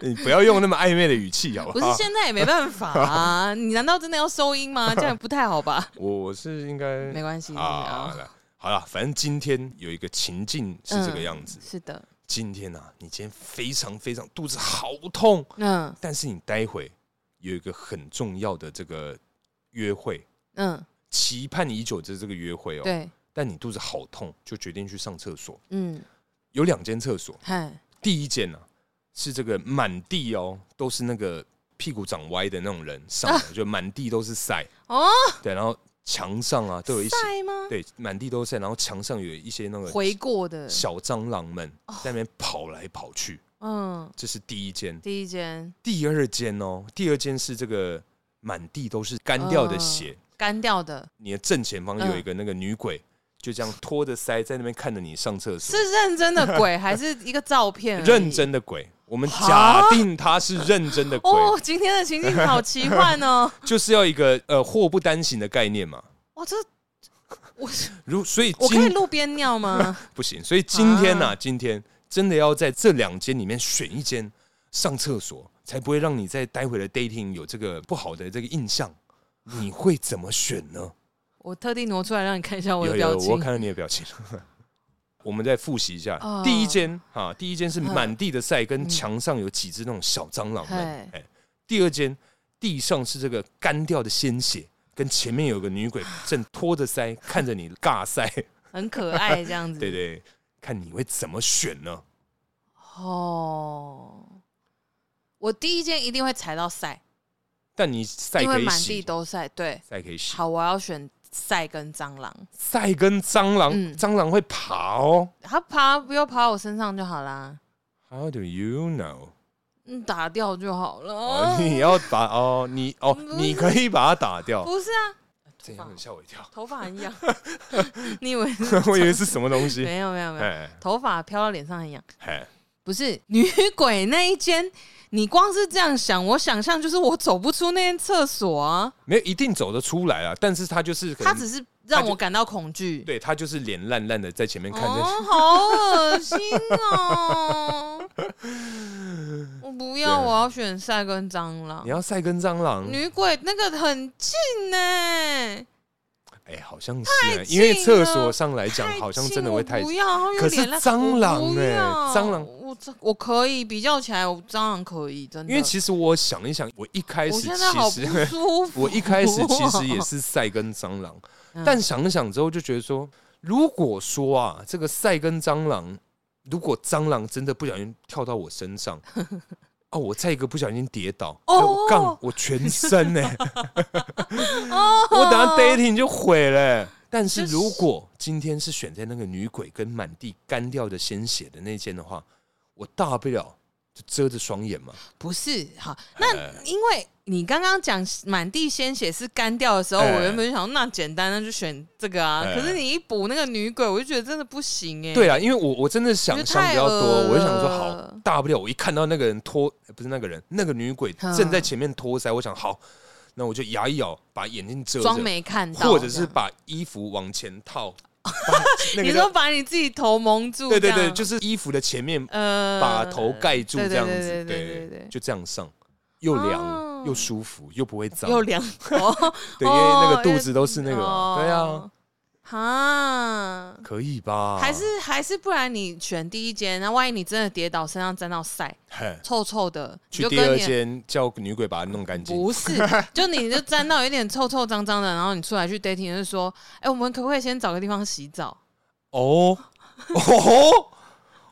Speaker 1: 你不要用那么暧昧的语气，好
Speaker 2: 不
Speaker 1: 不
Speaker 2: 是
Speaker 1: 好？
Speaker 2: 现在也没办法啊！你难道真的要收 音吗？这样也不太好吧？
Speaker 1: 我我是应该
Speaker 2: 没关系
Speaker 1: 啊
Speaker 2: 啊，。
Speaker 1: 好了，反正今天有一个情境是
Speaker 2: 嗯
Speaker 1: 这个样子。
Speaker 2: 是的，
Speaker 1: 今天啊，你今天非常非常肚子好痛，
Speaker 2: 嗯
Speaker 1: 但是你待会有一个很重要的这个约会，
Speaker 2: 嗯，
Speaker 1: 期盼已久的这个约会哦。
Speaker 2: 对，
Speaker 1: 但你肚子好痛，就决定去上厕所。
Speaker 2: 嗯，
Speaker 1: 有两间厕所，
Speaker 2: 嗨，
Speaker 1: 第一间呢、啊是这个满地哦都是那个屁股长歪的那种人上
Speaker 2: 啊
Speaker 1: 来，就满地都是晒
Speaker 2: 哦，
Speaker 1: 对，然后墙上啊都有一些
Speaker 2: 晒吗？
Speaker 1: 对，满地都是晒，然后墙上有一些那个
Speaker 2: 回哦过的，
Speaker 1: 小蟑螂们在那边跑来跑去，
Speaker 2: 嗯，
Speaker 1: 这是第一间。
Speaker 2: 第一间
Speaker 1: 第二间哦，第二间是这个满地都是干掉的血，
Speaker 2: 干掉的，
Speaker 1: 你的正前方有一个那个女鬼，就这样拖着腮在那边看着你上厕所，
Speaker 2: 是认真的 鬼还是一个照片而已？
Speaker 1: 认真的鬼。我们假定他是认真的鬼，
Speaker 2: 哦，今天的情景好奇幻哦，
Speaker 1: 就是要一个呃祸不单行的概念嘛。
Speaker 2: 哇， 这我
Speaker 1: 如所以
Speaker 2: 我可以
Speaker 1: 今
Speaker 2: 路边尿吗？
Speaker 1: 不行，所以今天呐、
Speaker 2: 啊
Speaker 1: 今天真的要在这两间里面选一间上厕所，才不会让你在待会的 dating 有这个不好的这个印象。你会怎么选呢？
Speaker 2: 我特地挪出来让你看一下我的
Speaker 1: 有
Speaker 2: 表
Speaker 1: 有，
Speaker 2: 情。
Speaker 1: 我看到你的表情。 我们再复习一下，
Speaker 2: 哦
Speaker 1: 第一间啊，第一间是
Speaker 2: 嗯
Speaker 1: 满地的晒，跟
Speaker 2: 嗯
Speaker 1: 墙上有几只那种小蟑螂们。
Speaker 2: 嘿
Speaker 1: 哎，第二间地上是这个干掉的鲜血，跟前面有个女鬼正拖着腮看着你尬塞，
Speaker 2: 很可爱这样子。
Speaker 1: 对对，看你会怎么选呢？
Speaker 2: 哦，我第一间一定会踩到晒，
Speaker 1: 但你晒
Speaker 2: 因
Speaker 1: 可
Speaker 2: 为
Speaker 1: 以
Speaker 2: 满地
Speaker 1: 洗，
Speaker 2: 都晒。对，
Speaker 1: 晒可以洗，
Speaker 2: 好，我要选晒跟蟑螂，
Speaker 1: 晒跟蟑螂，
Speaker 2: 嗯
Speaker 1: 蟑螂会爬哦。
Speaker 2: 它爬不要爬到我身上就好啦，
Speaker 1: How do you know？、
Speaker 2: 嗯，打掉就好了。
Speaker 1: 哦、你要把哦，你哦，你可以把它打掉。
Speaker 2: 不是啊，
Speaker 1: 这
Speaker 2: 头发
Speaker 1: 样吓我一跳，
Speaker 2: 头发很痒，你以为是？
Speaker 1: 我以为是什么东西。
Speaker 2: 没有没有没有，
Speaker 1: 哎
Speaker 2: 头发飘到脸上很痒。
Speaker 1: 哎，
Speaker 2: 不是女鬼那一间，你光是这样想，我想象就是我走不出那间厕所啊，
Speaker 1: 没有一定走得出来啊，但是他就是可
Speaker 2: 它
Speaker 1: 能，
Speaker 2: 只是让
Speaker 1: 它就
Speaker 2: 我感到恐惧。
Speaker 1: 对他就是脸烂烂的在前面看着你。
Speaker 2: 哦，好恶心 哦！我不要，
Speaker 1: 对
Speaker 2: 我要选晒跟蟑螂
Speaker 1: 你。要晒跟蟑螂？
Speaker 2: 女鬼那个很近呢、
Speaker 1: 哎，好像是
Speaker 2: 太
Speaker 1: 哎，因为
Speaker 2: 近
Speaker 1: 厕
Speaker 2: 了
Speaker 1: 所上来讲，
Speaker 2: 太
Speaker 1: 好像
Speaker 2: 近
Speaker 1: 真的会
Speaker 2: 我
Speaker 1: 太
Speaker 2: 不要，然后又
Speaker 1: 可是
Speaker 2: 脸烂
Speaker 1: 蟑螂
Speaker 2: 我不
Speaker 1: 欸
Speaker 2: 要
Speaker 1: 蟑螂
Speaker 2: 我这我可以比较起来，我蟑螂可以真的，
Speaker 1: 因为其实我想一想，我一开始
Speaker 2: 我
Speaker 1: 其
Speaker 2: 现在好不
Speaker 1: 实
Speaker 2: 舒服 哦。
Speaker 1: 我一开始其实 也是晒跟蟑螂，
Speaker 2: 嗯，
Speaker 1: 但想想之后就觉得说，如果说啊，这个晒跟蟑螂，如果蟑螂真的不小心跳到我身 上，哦，我再一个不小心跌倒，
Speaker 2: 哦
Speaker 1: 我杠我全身 呢、我等下 dating 就毁了欸、但是
Speaker 2: 就是
Speaker 1: 如果今天是选在那个女鬼跟满地干掉的鲜血的那间的话，我大不了就遮着双眼嘛。
Speaker 2: 不是好，
Speaker 1: 哎
Speaker 2: 那因为你刚刚讲满地鲜血是干掉的时候，
Speaker 1: 哎
Speaker 2: 我原本就想说那简单，那就选这个啊。
Speaker 1: 哎
Speaker 2: 可是你一补那个女鬼，我就觉得真的不行哎、
Speaker 1: 对啊，因为我我真的想
Speaker 2: 我觉得
Speaker 1: 象
Speaker 2: 太
Speaker 1: 比较多，
Speaker 2: 恶
Speaker 1: 我就想说
Speaker 2: 了
Speaker 1: 好，大不了我一看到那个人拖，呃不是那个人，那个女鬼
Speaker 2: 嗯
Speaker 1: 正在前面拖腮，我想好，那我就牙一咬，把眼睛遮
Speaker 2: 装
Speaker 1: 着，
Speaker 2: 没看到，
Speaker 1: 或者是
Speaker 2: 这样哦
Speaker 1: 把衣服往前套，把 那
Speaker 2: 你
Speaker 1: 个
Speaker 2: 说
Speaker 1: 叫
Speaker 2: 把你自己头蒙住这
Speaker 1: 对
Speaker 2: 样，
Speaker 1: 对对，就是衣服的前面
Speaker 2: 呃
Speaker 1: 把头盖住
Speaker 2: 对对
Speaker 1: 这样
Speaker 2: 对
Speaker 1: 子，
Speaker 2: 对对对对
Speaker 1: 就这样上，又
Speaker 2: 哦
Speaker 1: 凉又舒服又不会脏，，
Speaker 2: 又凉哦
Speaker 1: 对，因为那
Speaker 2: 哦
Speaker 1: 个肚子都是那个嘛，对啊，，
Speaker 2: 哈。
Speaker 1: 可以吧？
Speaker 2: 还是还是，不然你选第一间，那万一你真的跌倒，身上沾到晒，
Speaker 1: 嘿
Speaker 2: 臭臭的，你
Speaker 1: 去
Speaker 2: 就
Speaker 1: 第
Speaker 2: 跟
Speaker 1: 二
Speaker 2: 你的
Speaker 1: 间叫女鬼把它弄干净，
Speaker 2: 不是，就你就沾到有点臭臭脏脏的，然后你出来去 dating 就说，哎、我们可不可以先找个地方洗澡？
Speaker 1: 哦 哦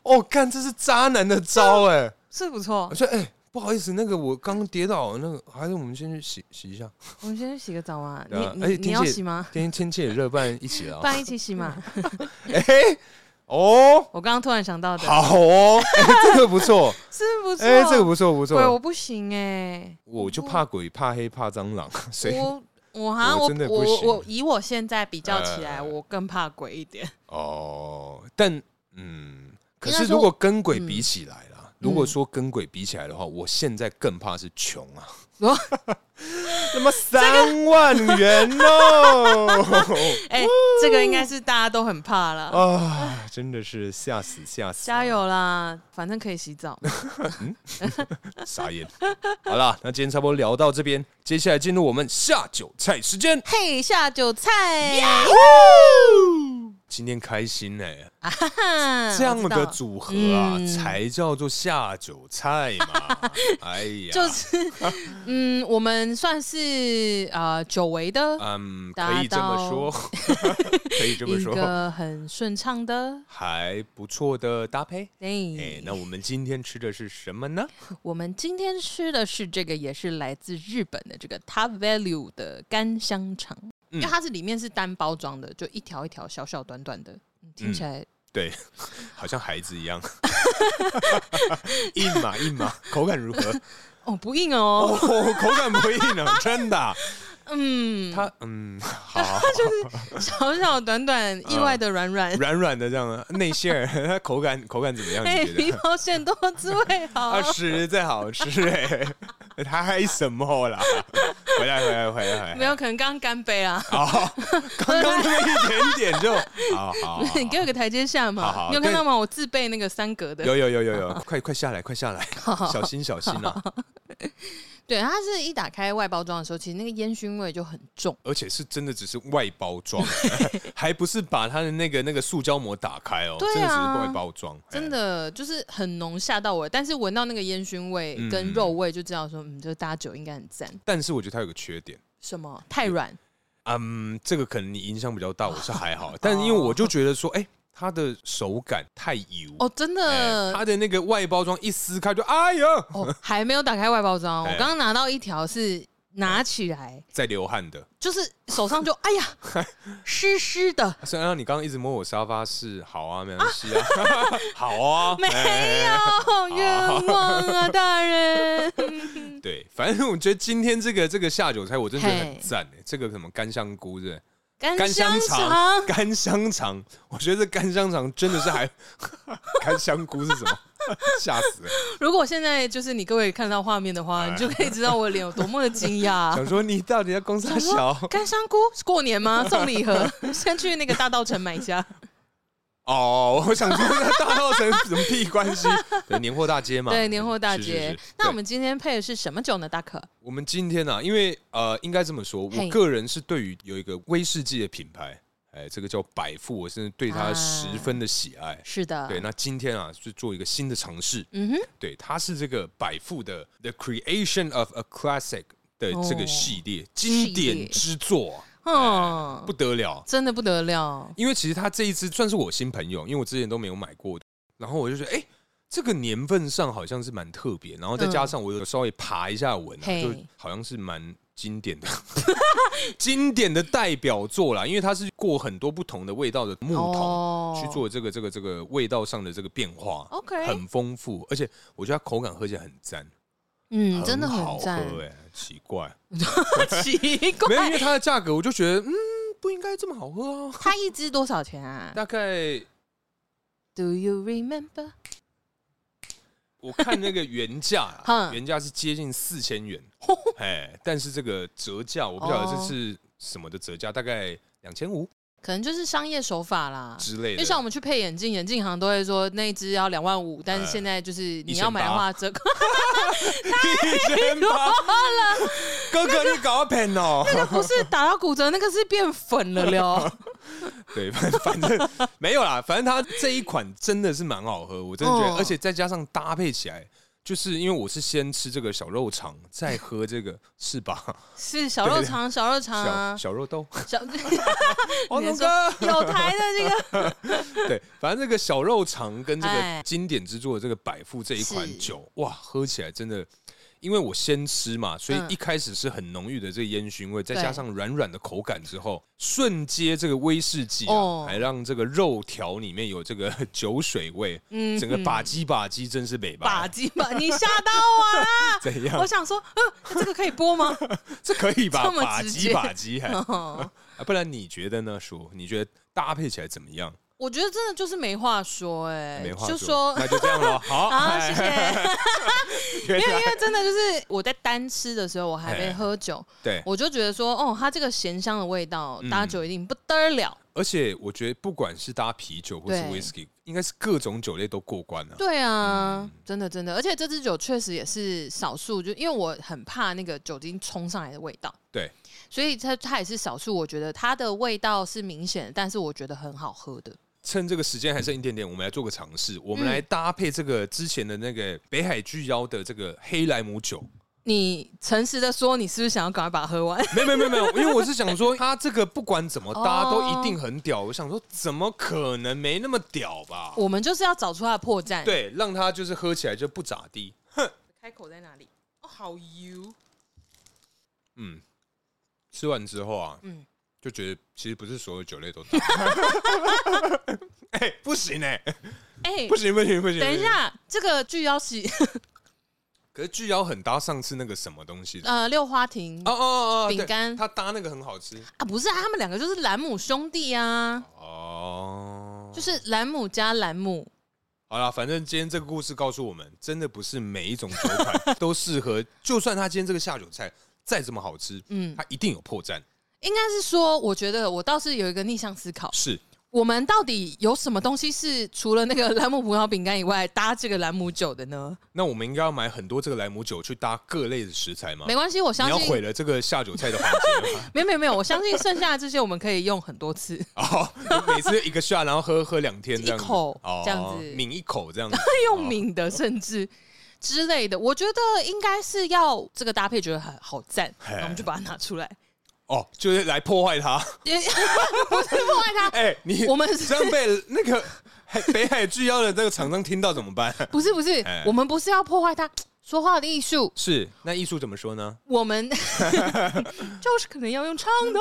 Speaker 1: 哦，干，这是渣男的 招哎！
Speaker 2: 是不错
Speaker 1: 我，说哎，不好意思，那个我刚跌倒，那个还是我们先去洗洗一下。
Speaker 2: 我们先去洗个澡嘛。
Speaker 1: 对啊
Speaker 2: 你
Speaker 1: 而且
Speaker 2: 你你
Speaker 1: 天
Speaker 2: 要
Speaker 1: 气也
Speaker 2: 洗吗？
Speaker 1: 今天天气也热，不然一起啊
Speaker 2: 不。然一起 洗嘛。
Speaker 1: 哎哦，
Speaker 2: 我刚刚突然想到的，
Speaker 1: 好哦， 哎，这个不错，
Speaker 2: 是不错。
Speaker 1: 哎，这个不错不
Speaker 2: 对，我
Speaker 1: 错。
Speaker 2: 不行哎、
Speaker 1: 我就怕鬼，怕黑，怕蟑螂， 所以
Speaker 2: 我我好像
Speaker 1: 我
Speaker 2: 我
Speaker 1: 真的不
Speaker 2: 我
Speaker 1: 行
Speaker 2: 我以我现在比较起来，
Speaker 1: 呃
Speaker 2: 我更怕鬼 一点。
Speaker 1: 哦，但嗯，可
Speaker 3: 应
Speaker 1: 是
Speaker 3: 该说
Speaker 1: 如果跟鬼比起来啦，如果
Speaker 2: 嗯
Speaker 1: 说跟鬼比起来的话，我现在更怕是穷 啊
Speaker 2: 哦。
Speaker 1: 那么三万元哦，
Speaker 2: 哎、这个应该是大家都很怕了。
Speaker 1: 啊，真的是吓死吓死！
Speaker 2: 加！油啦，反正可以 洗澡。
Speaker 1: 傻眼。好啦，那今天差不多聊到这边，接下来进入我们下酒菜时间。
Speaker 2: 嘿，下酒菜。
Speaker 1: 今天开心哎、
Speaker 2: 哼
Speaker 1: 这样
Speaker 2: 嗯我知
Speaker 1: 的
Speaker 2: 道
Speaker 1: 组合啊，
Speaker 2: 嗯
Speaker 1: 才叫做下酒菜 嘛！哎呀，
Speaker 2: 就是， 嗯，我们算是呃久违的、
Speaker 1: 嗯，
Speaker 2: 达
Speaker 1: 可以这么说， 可以这么
Speaker 2: 一
Speaker 1: 说，
Speaker 2: 个很顺畅的，
Speaker 1: 还不错的搭配。
Speaker 2: 哎、
Speaker 1: 哎，那我们今天吃的是什么呢？
Speaker 2: 我们今天吃的是这个，也是来自日本的这个 Top Value 的干香肠，
Speaker 1: 嗯
Speaker 2: 因为它是里面是单包装的，就一条一条小小短短的，嗯听起来、
Speaker 1: 对，好像孩子一 样， 硬嘛硬嘛，口感如何？
Speaker 2: 哦不硬
Speaker 1: 哦，
Speaker 2: 哦，
Speaker 1: 口感不硬 啊，真的啊。
Speaker 2: 嗯，
Speaker 1: 它嗯，好啊，
Speaker 2: 小小短短，意外的软软，
Speaker 1: 软软的这样的内馅儿， 它口感口感怎么样？
Speaker 2: 哎、
Speaker 1: 你觉
Speaker 2: 皮
Speaker 1: 得？
Speaker 2: 毛选多滋味好，
Speaker 1: 啊，实在好吃哎， 它还什么 啦？回来回来回来回来，
Speaker 2: 没有可能刚刚干杯啊，
Speaker 1: 好，刚刚那么一点点 就好好好，
Speaker 2: 你给我个台阶下嘛，
Speaker 1: 好好
Speaker 2: 你有看
Speaker 1: 对
Speaker 2: 到吗？我自备那个三格的，
Speaker 1: 有有有有有，快快下来，快下来，小心小心啊！
Speaker 2: 对，它是一打开外包装的时候，其实那个烟熏味就很重。
Speaker 1: 而且是真的只是外包 装，还不是把它的那个那个塑胶膜打开哦，
Speaker 2: 对啊
Speaker 1: 真的只是外包装，哎
Speaker 2: 真的就是很浓，吓到我。但是闻到那个烟熏味
Speaker 1: 嗯
Speaker 2: 跟肉味，就知道说，嗯，这个搭酒应该很赞
Speaker 1: 哎。。但是我觉得它有个缺点。
Speaker 2: 什么太软，
Speaker 1: 嗯，这个可能你影响比较大，我是还 好，但因为我就觉得说，哎、它的手感太油
Speaker 2: 哦，真
Speaker 1: 哎
Speaker 2: 的
Speaker 1: 它的那个外包装一撕开就，哎呀，
Speaker 2: 哦，还没有打开外包装。我
Speaker 1: 哎
Speaker 2: 刚刚拿到一条是拿起来，
Speaker 1: 在流汗的。
Speaker 2: 就是手上就哎呀 湿湿的，
Speaker 1: 虽然啊你刚刚一直摸我沙发是好啊，没关系啊， 好啊，
Speaker 2: 没
Speaker 1: 哎
Speaker 2: 有冤枉啊，大人。
Speaker 1: 对，反正我觉得今天这个这个下酒菜，我真的觉得很
Speaker 2: 嘿
Speaker 1: 赞哎、这个什么干香菇是
Speaker 2: 干
Speaker 1: 干香
Speaker 2: 香
Speaker 1: 肠，干香肠，我觉得这干香肠真的是还 干香菇是什么？ 吓死了！
Speaker 2: 如果现在就是你各位看到画面的
Speaker 1: 哎
Speaker 2: 话，你就可以知道我脸有多么的惊 讶。
Speaker 1: 想说你到底在公司
Speaker 2: 想说
Speaker 1: 小
Speaker 2: 干香菇是过 年吗？送礼盒，先去那个大稻城买一下。
Speaker 1: 哦，我想说那大稻城什么屁关系？ 对，年货大街 嘛，
Speaker 2: 对，年货大
Speaker 1: 是
Speaker 2: 街。
Speaker 1: 是是
Speaker 2: 那
Speaker 1: 对
Speaker 2: 我们今天配的是什么酒呢，大可？
Speaker 1: 我们今天呢、啊，因为呃，应该这么说，我
Speaker 2: 嘿
Speaker 1: 个人是对于有一个威士忌的品牌，哎，这个叫百富，我是对它
Speaker 2: 啊
Speaker 1: 十分的喜爱。
Speaker 2: 是的，
Speaker 1: 对，那今天啊是做一个新的尝试，
Speaker 2: 嗯哼，
Speaker 1: 对，它是这个百富的《The Creation of a Classic》的这个
Speaker 2: 哦
Speaker 1: 系列、经
Speaker 2: 系
Speaker 1: 典
Speaker 2: 列
Speaker 1: 之作，
Speaker 2: 嗯，
Speaker 1: 哎不得了。
Speaker 2: 真的不得了，
Speaker 1: 因为其实它这一支算是我新朋友，因为我之前都没有买过，然后我就觉得，哎、这个年份上好像是蛮特别，然后再加上我有稍微爬一下文、啊，
Speaker 2: 嗯嘿
Speaker 1: 就好像是蛮经典的， 经典的代表作啦，因为它是过很多不同的味道的木桶、
Speaker 2: 哦
Speaker 1: 去做这个这个这个味道上的这个变化。
Speaker 2: OK
Speaker 1: 很丰富，而且我觉得它口感喝起来很赞，
Speaker 2: 嗯，真的
Speaker 1: 好
Speaker 2: 很
Speaker 1: 喝
Speaker 2: 赞，
Speaker 1: 哎、奇怪，
Speaker 2: 奇
Speaker 1: 没有因
Speaker 2: 怪，
Speaker 1: 为它的价格，我就觉得嗯不应该这么好喝啊，
Speaker 2: 它一支多少钱啊
Speaker 1: 大概
Speaker 2: ？Do you remember？
Speaker 1: 我看那个原价啊
Speaker 2: 哼
Speaker 1: 原价是接近四千 元，哎，但是这个折价我不晓得这是什么的折价，大概两千五
Speaker 2: 可能就是商业手法啦。
Speaker 1: 之类
Speaker 2: 因
Speaker 1: 的
Speaker 2: 为。像我们去配眼镜，眼镜行都会说那一只要两万五，
Speaker 1: 哎
Speaker 2: 但是现在就是你要买的话折扣。
Speaker 1: 一千八哥哥你搞骗哦！
Speaker 2: 那个 不是打到骨折，那个是变粉了了。
Speaker 1: 对，反反正没有啦，反正它这一款真的是蛮好喝，我真的觉得，
Speaker 2: 哦
Speaker 1: 而且再加上搭配起来，就是因为我是先吃这个小肉肠，再喝这个是吧？
Speaker 2: 是小肉肠，小肉肠啊
Speaker 1: 小，小肉豆，
Speaker 2: 小
Speaker 1: 王
Speaker 2: 你
Speaker 1: 龙
Speaker 2: 说
Speaker 1: 哥。
Speaker 2: 有台的 这个，
Speaker 1: 对，反正这个小肉肠跟这个
Speaker 2: 哎
Speaker 1: 经典之作的这个百富这一款
Speaker 2: 是
Speaker 1: 酒，哇，喝起来真的，因为我先吃嘛，所以
Speaker 2: 嗯
Speaker 1: 一开始是很浓郁的这个烟熏味，再
Speaker 2: 对
Speaker 1: 加上软软的口感之后，瞬接这个威士忌啊，
Speaker 2: 哦
Speaker 1: 还让这个肉条里面有这个 酒水味，
Speaker 2: 嗯
Speaker 1: 整个吧唧吧唧，真是美吧
Speaker 2: 把？鸡吧，你吓到 我啦！
Speaker 1: 怎样
Speaker 2: 我？想说，呃，这个可以播吗？
Speaker 1: 这可以吧？
Speaker 2: 这么
Speaker 1: 吧
Speaker 2: 直
Speaker 1: 唧
Speaker 2: 接
Speaker 1: 吧唧，还、
Speaker 2: 哦
Speaker 1: 啊不然你觉得呢，叔？你觉得搭配起来怎么样？
Speaker 2: 我觉得真的就是没话说，哎，
Speaker 1: 没话
Speaker 2: 就
Speaker 1: 说，
Speaker 2: 说
Speaker 1: 那就这样 了。好，
Speaker 2: 啊，谢谢。
Speaker 1: 原
Speaker 2: 因为
Speaker 1: 来
Speaker 2: 因为真的就是我在单吃的时候，我还
Speaker 1: 哎
Speaker 2: 没喝酒，
Speaker 1: 对，
Speaker 2: 我就觉得说，哦，它这个咸香的味道
Speaker 1: 嗯
Speaker 2: 搭酒一定不得了。
Speaker 1: 而且我觉得不管是搭啤酒或是
Speaker 2: 对
Speaker 1: whisky，应该是各种酒类都过关了、
Speaker 2: 对啊，
Speaker 1: 嗯
Speaker 2: 真的真的，而且这支酒确实也是少数，就因为我很怕那个酒精冲上来的味道，
Speaker 1: 对，
Speaker 2: 所以它它也是少数，我觉得它的味道是明显的，但是我觉得很好喝的。
Speaker 1: 趁这个时间还剩一点点，我们来做个尝
Speaker 2: 嗯
Speaker 1: 试，我们来搭配这个之前的那个北海巨妖的这个黑莱姆酒。
Speaker 2: 你诚实的说，你是不是想要赶快把它喝完？
Speaker 1: 没有没有没有没有，因为我是想说，它这个不管怎么搭
Speaker 2: 哦
Speaker 1: 都一定很屌。我想说，怎么可能没那么屌吧？
Speaker 2: 我们就是要找出它的破绽。，
Speaker 1: 对，让它就是喝起来就不咋地。
Speaker 2: 开口在哪里？哦，好油。
Speaker 1: 嗯，吃完之后啊，
Speaker 2: 嗯
Speaker 1: 就觉得其实不是所有酒类都 搭。 哎、不行哎、
Speaker 2: 哎、
Speaker 1: 不行不行不行！
Speaker 2: 等一
Speaker 1: 不行，
Speaker 2: 下，这个巨妖喜
Speaker 1: 可是巨妖很搭上次那个什么东西的。
Speaker 2: 呃六花亭
Speaker 1: 哦
Speaker 2: 啊
Speaker 1: 哦哦，对
Speaker 2: 饼干
Speaker 1: 它搭那个很好吃
Speaker 2: 不是啊，他们两个就是兰姆兄弟啊，
Speaker 1: 哦。
Speaker 2: 就是兰姆加兰姆。
Speaker 1: 好啦，反正今天这个故事告诉我们，真的不是每一种酒 款都适合。就算它今天这个下酒菜再怎么好吃，嗯，
Speaker 2: 嗯
Speaker 1: 它一定有破绽。
Speaker 2: 应该是说，我觉得我倒是有一个逆向思考，
Speaker 1: 是
Speaker 2: 我们到底有什么东西是除了那个兰姆葡萄饼干以外搭这个兰姆酒的呢？
Speaker 1: 那我们应该要买很多这个莱姆酒去搭各类的食材吗？
Speaker 2: 没关系，我相
Speaker 1: 哦你要
Speaker 2: 信
Speaker 1: 毁了这个下酒菜的环节 吗
Speaker 2: 没有没有没有，我相信剩下的这些我们可以用很多次。
Speaker 1: 哦，每次一个下，然后喝喝两天这样子，
Speaker 2: 一口
Speaker 1: 哦
Speaker 2: 这样子
Speaker 1: 抿一口这样子，
Speaker 2: 用抿的，甚至之类的，我觉得应该是要这个搭配，觉得很好赞，
Speaker 1: 嘿
Speaker 2: 然后我们就把它拿出来，
Speaker 1: 哦，就是来破坏它。
Speaker 2: 因为 不是破坏 它，
Speaker 1: 哎、你
Speaker 2: 我们是
Speaker 1: 这样被那个 海北海巨妖的这个厂商听到怎么办？
Speaker 2: 不是不是
Speaker 1: 哎，
Speaker 2: 我们不是要破坏它。说话的艺 术，
Speaker 1: 是，那艺术怎么说呢？
Speaker 2: 我们 就是可能要用唱的，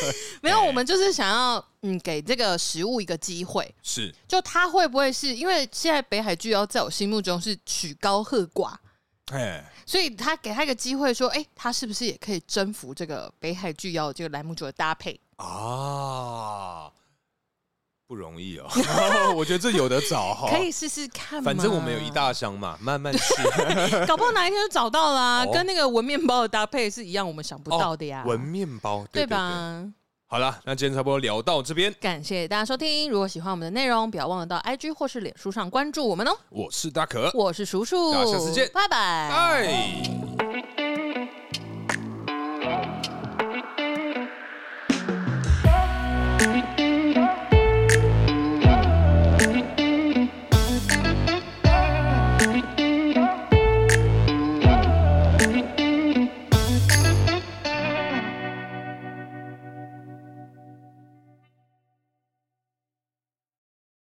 Speaker 2: 没有，我们就是想要嗯给这个食物一个机会，
Speaker 1: 是
Speaker 2: 就它会不会是因为现在北海巨妖在我心目中是曲高和寡，
Speaker 1: 哎，
Speaker 2: 所以他给他一个机会，说：“哎、他是不是也可以征服这个北海巨妖这个莱姆酒的搭配
Speaker 1: 啊，不容易哦， 我觉得这有的找哈。
Speaker 2: 可以试试看嘛？
Speaker 1: 哦反正我们有一，大箱嘛，慢慢 吃。
Speaker 2: 搞不好哪一天就找到啦、
Speaker 1: 哦
Speaker 2: 跟那个文面包的搭配是一样，我们想不到的呀，
Speaker 1: 文面包，对对对
Speaker 2: 啊吧？
Speaker 1: 好了，那今天差不多聊到这边。
Speaker 2: 感谢大家收听，如果喜欢我们的内容，不要忘了到 IG 或是脸书上关注我们哦。
Speaker 1: 我是大可，哎
Speaker 2: 我是叔叔，
Speaker 1: 大家下次见
Speaker 2: 拜拜。
Speaker 1: 拜。